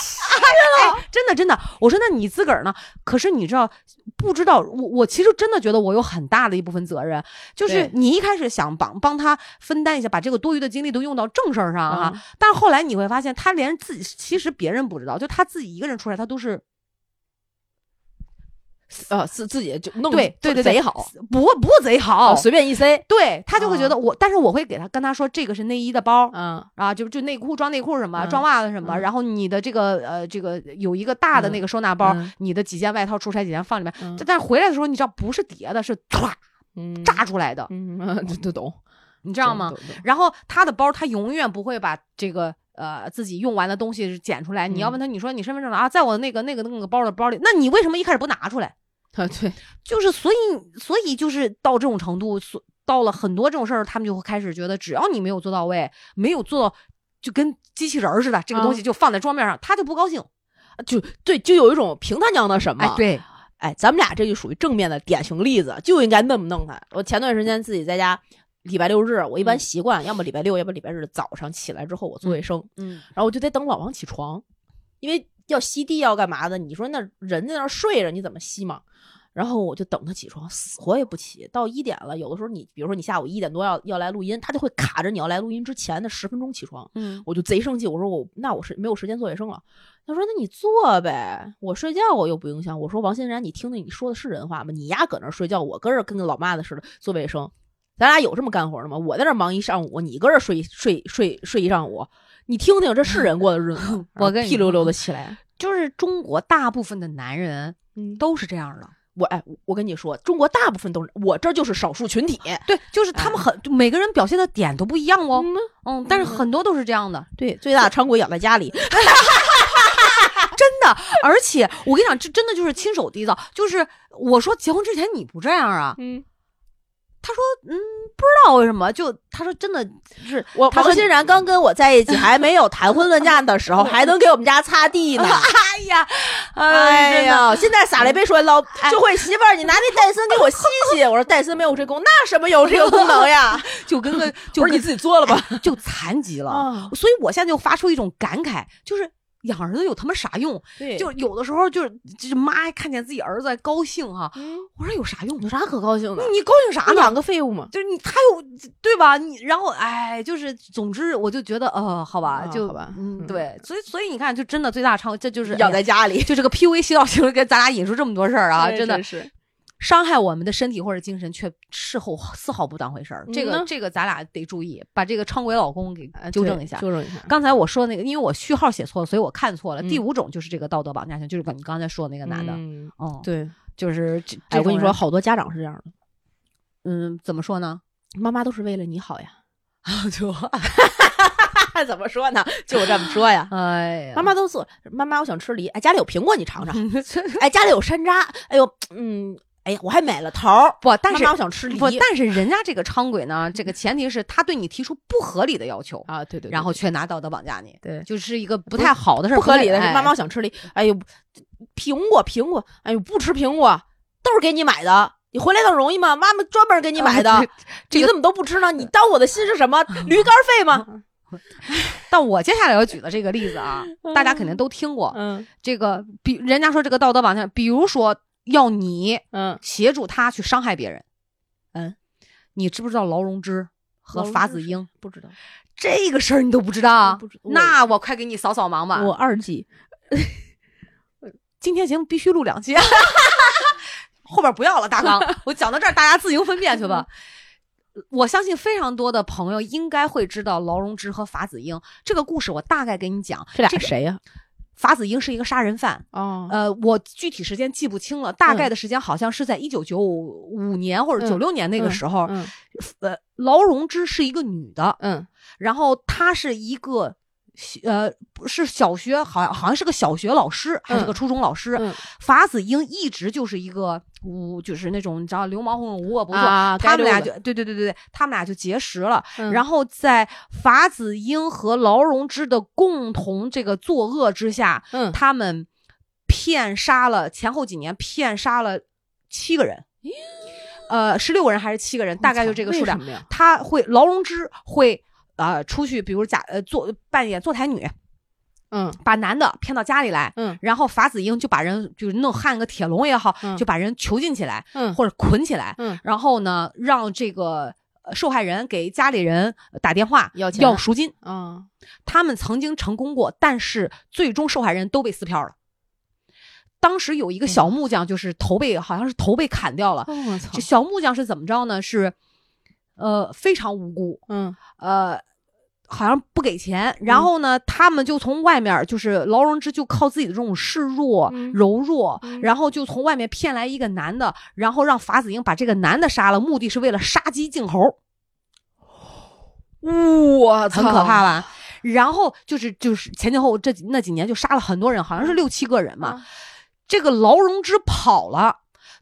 死
[laughs] 哎，真的真的，我说那你自个儿呢？可是你知道，不知道，我我其实真的觉得我有很大的一部分责任，就是
对
你一开始想帮帮他分担一下，把这个多余的精力都用到正事儿上哈、
嗯
但是后来你会发现，他连自己其实别人不知道，就他自己一个人出来，他都是
啊，自自己就弄
对对对对哦
贼好，
不不贼好，
啊随便一塞，
对他就会觉
啊
得我，但是我会给他跟他说这个是内衣的包，
嗯
啊，就就内裤装内裤什么，
嗯
装袜子什么，
嗯
然后你的这个呃这个有一个大的那个收纳包，
嗯
你的几件外套、出差几件放里面。
嗯
但但是回来的时候，你知道不是叠的，是唰
嗯
炸出来的，
嗯，嗯 [laughs] 这这懂，
你知
这
道吗？？然后他的包，他永远不会把这个呃自己用完的东西是捡出来。你要问他，你说你身份证了啊，在我那个那个那个包的包里，那你为什么一开始不拿出来？
啊，对，
就是所以所以就是到这种程度，所到了很多这种事儿，他们就会开始觉得，只要你没有做到位，没有做到，就跟机器人儿似的，这个东西就放在桌面上，他就不高兴。
就对，就有一种凭他娘的什么，
哎，对，
哎，咱们俩这就属于正面的典型例子，就应该那么弄他。我前段时间自己在家，礼拜六日，我一般
嗯
习惯、要么礼拜六，要么礼拜日早上起来之后我做卫生，
嗯，
然后我就得等老王起床，因为要吸地要干嘛的。你说那人在那儿睡着，你怎么吸嘛？然后我就等他起床，死活也不起。到一点了，有的时候你比如说你下午一点多要要来录音，他就会卡着你要来录音之前的十分钟起床。
嗯，？
我就贼生气，我说我那我是没有时间做卫生了。他说那你做呗，我睡觉我又不影响。我说王欣然，你听听你说的是人话吗？你丫搁那儿睡觉，我跟这儿跟个老妈子似的做卫生，咱俩有这么干活的吗？我在这儿忙一上午，你搁这儿睡一睡睡睡一上午，你听听这是人过的日子吗
我跟你
屁溜溜
说
的起来，
就是中国大部分的男人
嗯，
都是这样的。
我哎，我跟你说，中国大部分都是我这就是少数群体。
对，就是他们很、就每个人表现的点都不一样哦。
嗯，
嗯，但是很多都是这样的，
对，最大的长鬼养在家里，
真的。 [laughs] 而且我跟你讲，这真的就是亲手缔造。就是我说结婚之前你不这样啊，
嗯，
他说嗯不知道为什么，就他说真的是
我
他说
王欣然刚跟我在一起，还没有谈婚论嫁的
[laughs]
时候，还能给我们家擦地呢。
哎呀，
哎
哎呀，
呀，现嗯哎在撒了一杯水，老就会媳妇儿，你拿那戴森给我吸吸。我说戴森没有这功，那什么有这个功能呀？
就跟
[laughs]
个就
我说
跟
你自己做了吧。
就残疾
[laughs]
了。
啊，
所以我现在就发出一种感慨，就是养儿子有他妈啥用？
[laughs] 对
就
就
有的时候就是就是妈看见自己儿子高兴哈、我说有啥用？
嗯有啥可高兴的？
你高兴啥
你
呢？
养个废物嘛。
就是你他有对吧？你然后哎，就是总之我就觉得呃，好吧，
啊
就
好吧
嗯，
嗯
对，所以所以你看，就真的最大唱，这就是
[laughs] 养
哎
在
呀
家里
就这个 P U A 洗脑行为给咱俩引出这么多事儿啊，真的
是
伤害我们的身体或者精神，却事后丝毫不当回事儿。这
嗯
个
呢
这个咱俩得注意，把这个昌鬼老公给纠正一下。
啊纠正一下。
刚才我说那个，因为我序号写错了，所以我看错了。
嗯
第五种就是这个道德绑架型，就是你刚才说的那个男的，
嗯
哦，，
对，
就是这。
哎，我
这种
跟你说，
人，
好多家长是这样的，
嗯，怎么说呢？
妈妈都是为了你好 [laughs] 呀。
就。
怎么说呢？就我这么说 [laughs] 呀
哎呀，
妈妈都做，妈妈我想吃梨，哎，家里有苹果，你尝尝。
这
哎，家里有山楂，哎呦，嗯，哎呀，我还买了桃儿。
[laughs] 不，但是
妈妈我想吃梨，
不，但是人家这个昌鬼呢，这个前提是他对你提出不合理的要求，
啊，对对
然后却拿道德绑架你，
对
就是一个不太好的事儿，
不合理的
太
是，妈妈我想吃梨，哎呦，苹果苹果，哎呦，不吃苹果，都是给你买的。你回来的容易吗？妈妈专门给你买的，
啊 [laughs] 对这
你
个
怎么都不吃呢？你当我的心是什
[laughs]
么？驴肝肺吗？
但我接下来要举的这个例子啊，大家肯定都听过，
嗯
这个比人家说这个道德绑架，比如说要你
嗯，
协助他去伤害别人，
嗯，
你知不知道劳荣枝和
劳荣
法
枝
子
是
英
[laughs] 不知道，
这个事儿你都不知道？啊
不知我
那我快给你扫扫盲吧，
我二季
今天节目必须录两期， [laughs] 后边不要了，大纲，我讲到这儿，大家自行分辨去吧。我相信非常多的朋友应该会知道劳荣枝和法子英这个故事，我大概给你讲。
这俩
这个
谁呀？
法子英是一个杀人犯，
哦
呃，我具体时间记不清了，大概的时间好像是在一九九五年或者
嗯
九六年那个时候。
嗯
呃，劳荣枝是一个女的，
嗯
然后她是一个。呃，不是小学，好像好像是个小学老师，还是个
嗯
初中老师。
嗯
法子英一直就是一个无，就是那种你知道流氓混混无恶不作。
啊
他们俩
街溜
就对对对对对，他们俩就结识了。
嗯
然后在法子英和劳荣枝的共同这个作恶之下，
嗯
他们骗杀了前后几年骗杀了七个人，呃，十六个人还是七个人，大概就这个数量。
为什么呀
他会劳荣枝会呃出去，比如假呃做扮演坐台女，
嗯
把男的骗到家里来，
嗯
然后法子英就把人就是弄焊个铁笼也好，
嗯
就把人囚禁起来
嗯
或者捆起来，
嗯
然后呢让这个呃受害人给家里人呃打电话
要钱
要赎金。
嗯
他们曾经成功过，但是最终受害人都被撕票了。当时有
嗯
一个小木匠，就是头被好像是头被砍掉了。
哦我操
这小木匠是怎么着呢？是呃非常无辜，
嗯
呃，好像不给钱，然后呢，他们就从外面儿就是劳荣枝就靠自己的这种示弱、
嗯
柔弱，
嗯
然后就从外面骗来一个男的，然后让法子英把这个男的杀了，目的是为了杀鸡儆猴，
我操
很可怕吧？然后就是就是前前后后这几那几年就杀了很多人，好像是六七个人嘛。
嗯
这个劳荣枝跑了。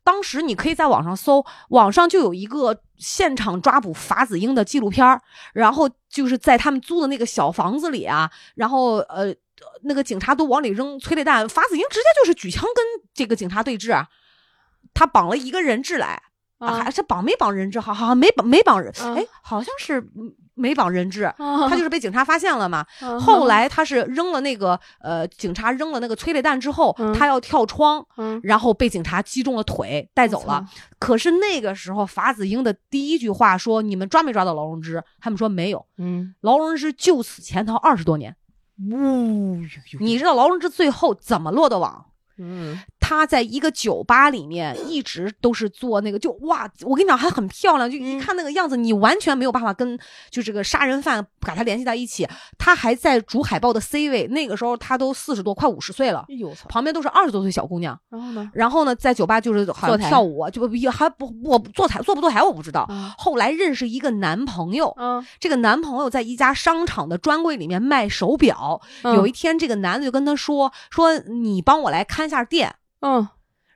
当时你可以在网上搜，网上就有一个现场抓捕法子英的纪录片儿，然后就是在他们租的那个小房子里啊，然后呃，那个警察都往里扔催泪弹，法子英直接就是举枪跟这个警察对峙啊，他绑了一个人质来，啊，还是绑没绑人质？好好像没绑没绑人，
啊
哎，好像是嗯没绑人质，
他
他就是被警察发现了嘛，
是
后来他是扔了那个呃，警察扔了那个催泪弹之后，
嗯
他要跳窗，
嗯
然后被警察击中了腿，带走了。可是那个时候，法子英的第一句话说：“你们抓没抓到劳荣枝？”他们说没有。
嗯
劳荣枝就此潜逃二十多年。
呜
你知道劳荣枝最后怎么落的网？
嗯
他在一个酒吧里面一直都是做那个，就哇，我跟你讲，还很漂亮，就一
嗯
看那个样子，你完全没有办法跟就这个杀人犯把他联系在一起。他还在主海报的 C 位，那个时候他都四十多，快五十岁了，
哎呦我操
旁边都是二十多岁小姑娘。
然后呢
然后呢，在酒吧就是好像
坐台
跳舞啊，就不也还不我坐台坐不坐台我不知道。
啊
后来认识一个男朋友，
嗯
这个男朋友在一家商场的专柜里面卖手表。
啊嗯
有一天，这个男的就跟他说：“说你帮我来看一下店。
嗯”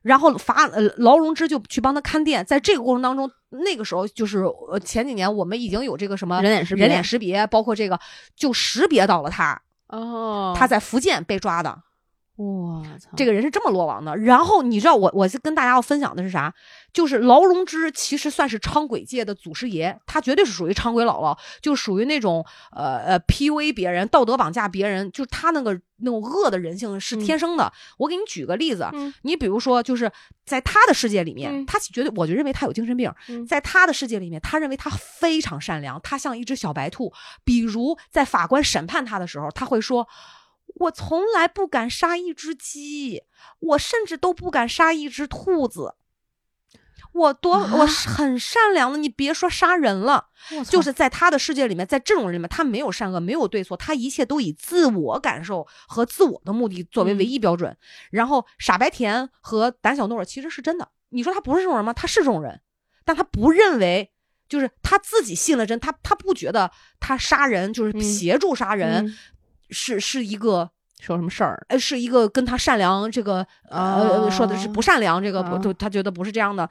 然后法呃劳荣枝就去帮他看店。在这个过程当中，那个时候就是呃前几年我们已经有这个什么
人脸识别
人脸识别，包括这个就识别到了他，
哦
他在福建被抓的。
我操
这个人是这么落网的。然后你知道我我是跟大家要分享的是啥？就是劳荣枝其实算是伥鬼界的祖师爷，他绝对是属于伥鬼姥姥，就属于那种呃呃 PUA 别人、道德绑架别人，就是他那个那种恶的人性是
嗯
天生的。我给你举个例子，
嗯
你比如说就是在他的世界里面，
嗯
他绝对我就认为他有精神病，
嗯
在他的世界里面，他认为他非常善良，他像一只小白兔。比如在法官审判他的时候，他会说：“我从来不敢杀一只鸡，我甚至都不敢杀一只兔子。我多、
啊
我是很善良的，你别说杀人了，
我操
就是在他的世界里面，在这种人里面，他没有善恶，没有对错，他一切都以自我感受和自我的目的作为
嗯
唯一标准。然后傻白甜和胆小懦弱其实是真的，你说他不是这种人吗？他是这种人，但他不认为。就是他自己信了真，他他不觉得他杀人就是
嗯
协助杀人、
嗯
是是一个
说什么事儿
呃，是一个跟他善良这个呃
啊
说的是不善良，这个不
啊
就他觉得不是这样的。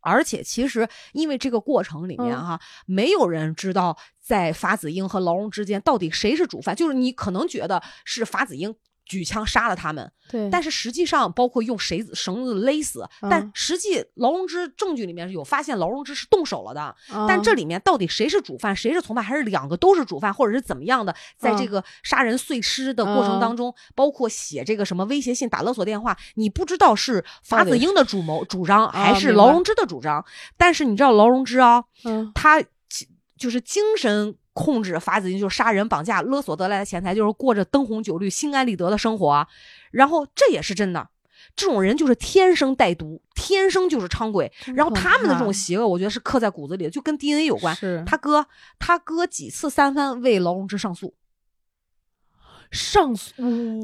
而且其实因为这个过程里面
嗯
哈、没有人知道在法子英和劳荣之间到底谁是主犯，就是你可能觉得是法子英。举枪杀了他们，
对
但是实际上包括用绳子绳子勒死，但
嗯
实际劳荣枝证据里面有发现劳荣枝是动手了的，但
啊
这里面到底谁是主犯，谁是从犯，还是两个都是主犯，或者是怎么样的？在这
嗯
个杀人碎尸的过程当中，包括写这个什么威胁信、打勒索电话，你不知道是法
到
子
底啊
英的主谋主张，还是
明
劳
白
荣枝的主张。但是你知道劳荣枝啊，
嗯
他其就是精神控制法子英，就是杀人、绑架、勒索得来的钱财，就是过着灯红酒绿、心安理得的生活啊。然后这也是真的，这种人就是天生带毒，天生就是伥鬼。然后
可
他们的这
怕
种邪恶，我觉得是刻在骨子里的，就跟 DNA 有关。
是
他哥，他哥几次三番为劳荣枝上诉，
上诉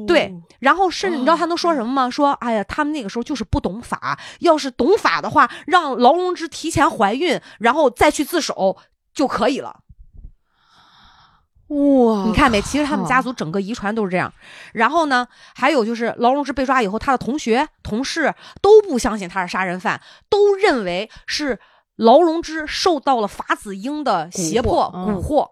对然后甚至你知道
哦
他能
嗯
说什么吗？说哎呀，他们那个时候就是不懂法，要是懂法的话，让劳荣枝提前怀孕，然后再去自首就可以了。
哇
你看没？其实他们
靠
家族整个遗传都是这样。然后呢，还有就是劳荣枝被抓以后，他的同学、同事都不相信他是杀人犯，都认为是劳荣枝受到了法子英的胁迫、
嗯
蛊惑。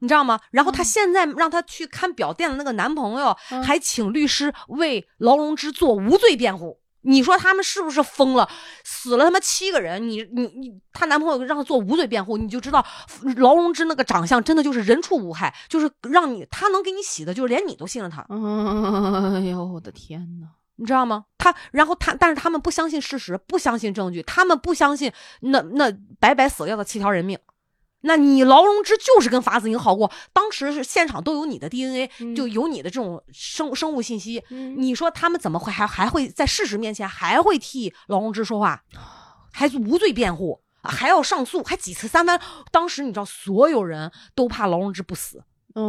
你知道吗？然后她
嗯
现在让她去看表店的那个男朋友，
嗯
还请律师为劳荣枝做无罪辩护。你说他们是不是疯了？死了他妈七个人，你你你，她男朋友让她做无罪辩护，你就知道劳荣枝那个长相真的就是人畜无害，就是让你他能给你洗的，就是连你都信了他，
哎呦，我的天哪！
你知道吗？他然后他，但是他们不相信事实，不相信证据，他们不相信那那白白死掉的七条人命。那你劳荣枝就是跟法子英好过，当时是现场都有你的 DNA，、
嗯
就有你的这种生生物信息，
你
嗯你说他们怎么会还还会在事实面前还会替劳荣枝说话，还无罪辩护，还要上诉，还几次三番？当时你知道，所有人都怕劳荣枝不死，
哎呦，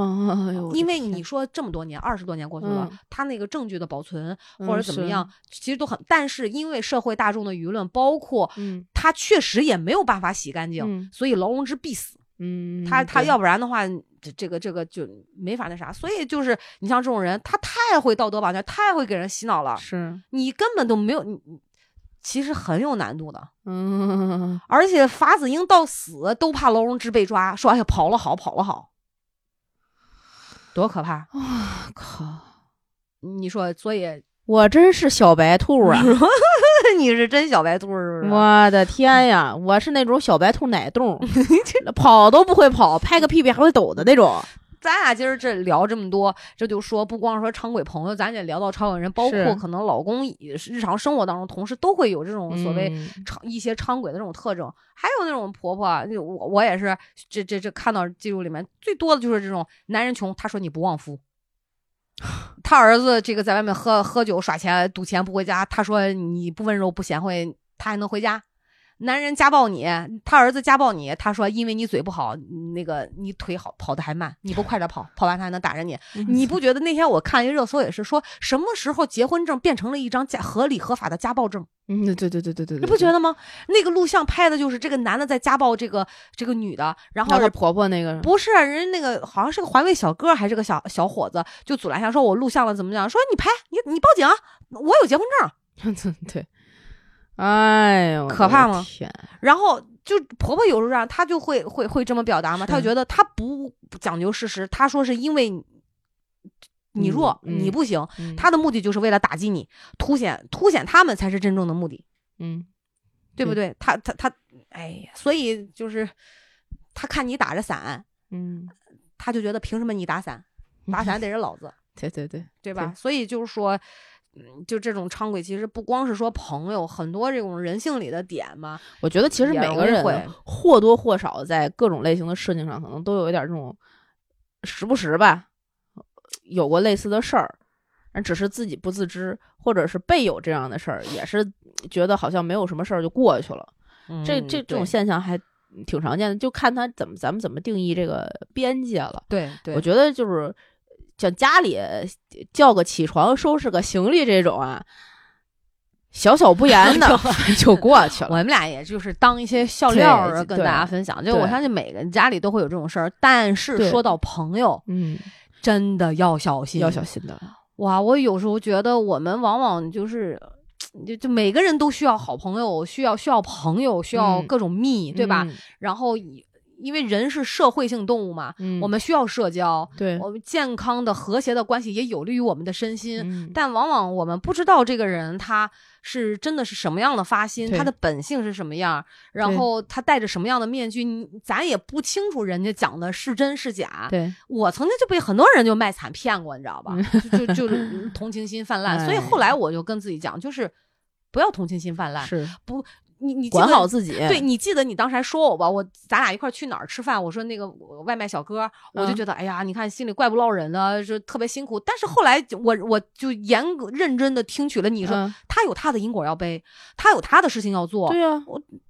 我的
因为
天
你说这么多年，二十多年过去了，
嗯
他那个证据的保存
嗯
或者怎么样，其实都很，但是因为社会大众的舆论，包括
嗯
他确实也没有办法洗干净，
嗯
所以劳荣枝必死。
嗯，
他他
对
要不然的话，这这个这个就没法那啥。所以就是你像这种人，他太会道德绑架，太会给人洗脑了，
是
你根本都没有你。你其实很有难度的，
嗯，
而且法子英到死都怕劳荣枝被抓，说哎呀跑了好跑了好，多可怕！
啊靠！
你说，所以
我真是小白兔啊！ [laughs]
你是真小白兔是不是？
我的天呀，我是那种小白兔奶冻， [laughs] 跑都不会跑，拍个屁屁还会抖的那种。
咱俩今儿这聊这么多，这就说不光是说长轨朋友，咱也聊到超友人，包括
是
可能老公也是日常生活当中，同事都会有这种所谓
嗯
长一些昌鬼的这种特征，还有那种婆婆啊，就我我也是这这这看到记录里面最多的就是这种男人穷，他说你不旺夫，他儿子这个在外面喝喝酒耍钱赌钱不回家，他说你不温柔不贤惠，他还能回家。男人家暴你，他儿子家暴你，他说因为你嘴不好，那个你腿好跑得还慢，你不快点跑，跑完他还能打着你。
嗯
你不觉得那天我看一个热搜也是说什么时候结婚证变成了一张家合理合法的家暴证？
嗯，对对对对对对，
你不觉
得？
得吗？那个录像拍的就是这个男的在家暴这个这个女的，然后
要是婆婆那个，
不是啊人家那个好像是个环卫小哥还是个小小伙子，就阻拦一下说：“我录像了，怎么讲？”说你拍，你你报警啊，我有结婚证。
[laughs] 对，哎呦，
可
我
怕
的
吗
天，
然后就婆婆有时候让她就会会会这么表达嘛，
是
她就觉得她不不讲究事实，她说是因为你你
嗯
弱，
嗯
你不行，
嗯
她的目的就是为了打击你，凸显凸显他们才是真正的目的。
嗯，
对不
对
对？他他他，哎呀，所以就是他看你打着伞，
嗯，
他就觉得凭什么你打伞？打伞得是老子，
对对对，
对吧？
嗯对
所以就是说，嗯，就这种猖鬼，其实不光是说朋友，很多这种人性里的点嘛，
我觉得其实
也
每
容
个
易
人
会
或多或少在各种类型的事情上，可能都有一点这种，时不时吧，有过类似的事儿，但只是自己不自知，或者是备有这样的事儿，也是觉得好像没有什么事儿就过去了。这
嗯
这这
对
种现象还挺常见的，就看他怎么咱们怎么定义这个边界了。
对对，
我觉得就是像家里叫个起床、收拾个行李这种啊，小小不言的 [laughs] 就过去
我
了。
们俩也就是当一些笑
对
料儿跟
对
大家分享，就
对
我相信每个人家里都会有这种事儿，但是
对
说到朋友，
嗯，
真的要小心，
要小心的。
哇，我有时候觉得我们往往就是，就就每个人都需要好朋友，需要需要朋友，需要
嗯
各种蜜，对吧？
嗯？
然后以因为人是社会性动物嘛，
嗯
我们需要社交，
对，
我们健康的、和谐的关系也有利于我们的身心。
嗯
但往往我们不知道这个人他是真的是什么样的发心，
对
他的本性是什么样，然
对
后他戴着什么样的面具，你咱也不清楚人家讲的是真是假。
对，
我曾经就被很多人就卖惨骗过，你知道吧？就就
[laughs]
就是同情心泛滥，所以
嗯哎
后来我就跟自己讲，就是不要同情心泛滥，
是
你你记
管
得
好。自己。
对，你记得你当时还说我吧，我咱俩一块儿去哪儿吃饭？我说那个我外卖小哥，我就
嗯
觉得、哎呀，你看心里怪不落人的，就特别辛苦。但是后来我我就严格认真的听取了你说，
嗯
他有他的因果要背，他有他的事情要做，
对啊呀，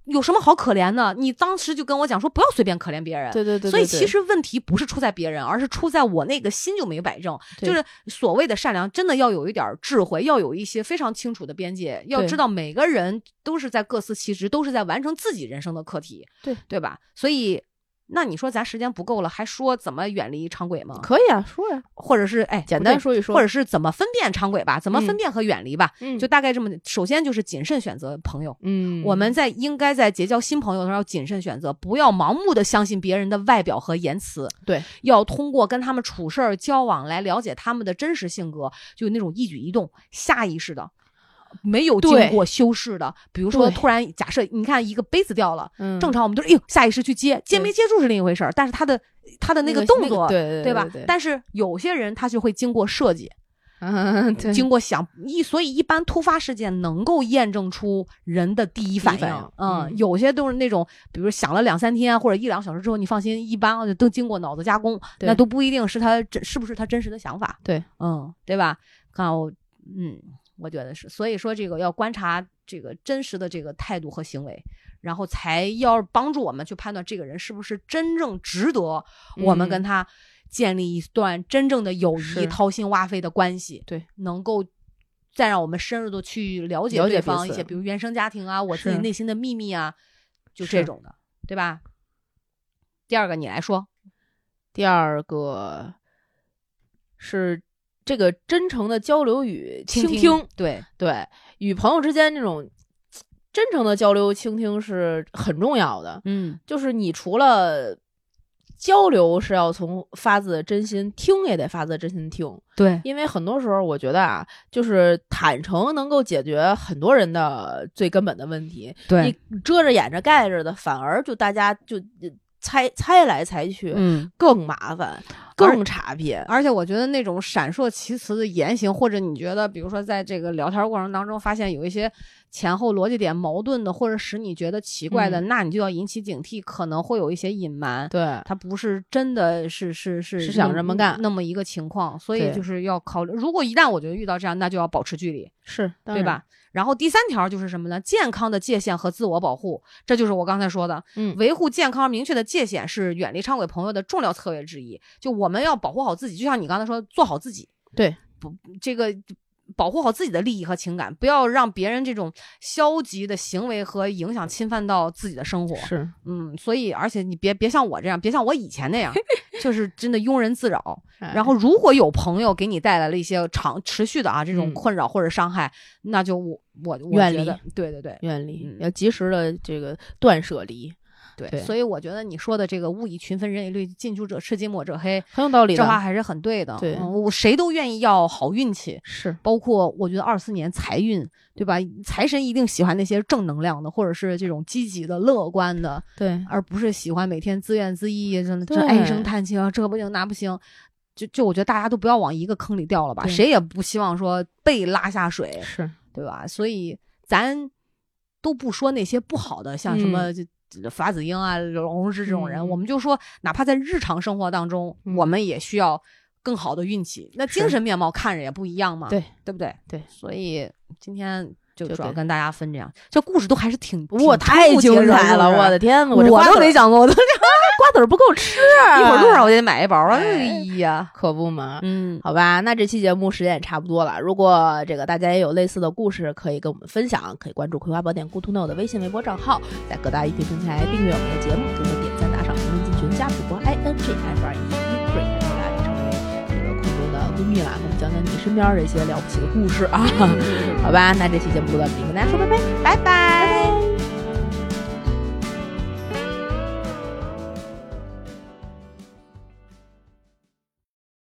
有什么好可怜的？你当时就跟我讲说不要随便可怜别人，
对对对。
所以
对
其
对
实问题不是出在别人，而是出在我那个心就没摆正。
对
就是所谓的善良，真的要有一点儿智慧，要有一些非常清楚的边界，要
对
知道每个人都是在各司其职，都是在完成自己人生的课题，
对
对吧？所以，那你说咱时间不够了，还说怎么远离长轨吗？
可以啊，说呀，
或者是哎，
简
不
单
对
说一说，
或者是怎么分辨长轨吧，怎么分
嗯
辨和远离吧，
嗯
就大概这么。首先就是谨慎选择朋友。
嗯，
我们在应该在结交新朋友的时候要谨慎选择，不要盲目的相信别人的外表和言辞，
对
要通过跟他们处事儿、交往来了解他们的真实性格，就那种一举一动，下意识的。没有
对
经过修饰的，比如说
对
突然假设你看一个杯子掉了，
嗯
正常我们就是哎呦下意识去接，接
对
没接住是另一回事儿，但是他的他的那个动作，
对对
对吧？但是有些人他就会经过设计，
但嗯对
经过想一，所以一般突发事件能够验证出人的第一反应。
反应
嗯，
嗯
有些都是那种，比如想了两三天或者一两个小时之后，你放心，一般啊都经过脑子加工，
对
那都不一定是他真是不是他真实的想法。
对，
嗯，对吧？看我，嗯，我觉得是，所以说这个要观察这个真实的这个态度和行为。然后才要帮助我们去判断这个人是不是真正值得我们
嗯
跟他建立一段真正的友谊、
是
掏心挖肺的关系，
对，
能够再让我们深入的去了解
了解
对
彼
方一
此
些，比如原生家庭啊，我自己
是
内心的秘密啊，就是这种的，对吧？第二个你来说，
第二个是这个真诚的交流与倾
听，对，
对，与朋友之间这种真诚的交流、倾听是很重要的。
嗯，
就是你除了交流是要从发自真心，听也得发自真心听，
对，
因为很多时候我觉得啊，就是坦诚能够解决很多人的最根本的问题。
对，
你遮着掩着盖着的，反而就大家就呃猜猜来猜去，
嗯。
更麻烦，更差别。
而且我觉得那种闪烁其词的言行，或者你觉得，比如说在这个聊天过程当中发现有一些前后逻辑点矛盾的，或者使你觉得奇怪的，
嗯
那你就要引起警惕，可能会有一些隐瞒。
对，
他不是真的是是是
是想
那
这么干
那么一个情况，所以
对
就是要考虑。如果一旦我觉得遇到这样，那就要保持距离，
是
对？吧？然后第三条就是什么呢？健康的界限和自我保护，这就是我刚才说的，
嗯
维护健康明确的界限是远离畅鬼朋友的重要策略之一。就我们要保护好自己，就像你刚才说，做好自己，
对，
不这个。保护好自己的利益和情感，不要让别人这种消极的行为和影响侵犯到自己的生活。
是，
嗯，所以而且你别别像我这样，别像我以前
[laughs]
那样，就是真的庸人自扰。
哎嗯
然后如果有朋友给你带来了一些长持续的啊这种
嗯
困扰或者伤害，那就我我我
远
觉
离
得对对对
远离、
嗯
要及时的这个断舍离，
对
对
所以我觉得你说的这个物以群分，人以类聚，近朱者赤，近墨者黑，
很有道理
这话
的。
还是很对的。
对
嗯，我谁都愿意要好运气。
是
包括我觉得二四年财运，对吧？财神一定喜欢那些正能量的，或者是这种积极的、乐观的，
对，
而不是喜欢每天自怨自艾，真的
对
这唉声叹气啊，这不行那不行。就就我觉得大家都不要往一个坑里掉了吧，
对
谁也不希望说被拉下水，
是
对吧？所以咱都不说那些不好的，像什么就。法子英啊、龙之这种人，
嗯
我们就说，哪怕在日常生活当中，
嗯
我们也需要更好的运气。那精神面貌看着也不一样嘛，
对
对不对？
对
所以今天就
就
主要
对
跟大家分这样，这故事都还是挺
我太精彩了，我的天呐，
我
这瓜子
都没
儿
想过，我都一
瓜子儿不够吃，一
会儿路上我就得买一包啊！
哎
哎呀，
可不嘛。
嗯，
好吧，那这期节目时间也差不多了。如果这个大家也有类似的故事，可以跟我们分享，可以关注《葵花宝典 Good to Know》的微信、微博账号，在各大音频平台订阅我们的节目，给我们点赞、打赏、评论、进群，加主播 i n g f r e e free，大家成为这个空中的闺蜜啦，跟我们讲 [laughs] 讲你身边这些了不起的故事啊。好吧，那这期节目就到这里，跟大家说拜拜，拜拜。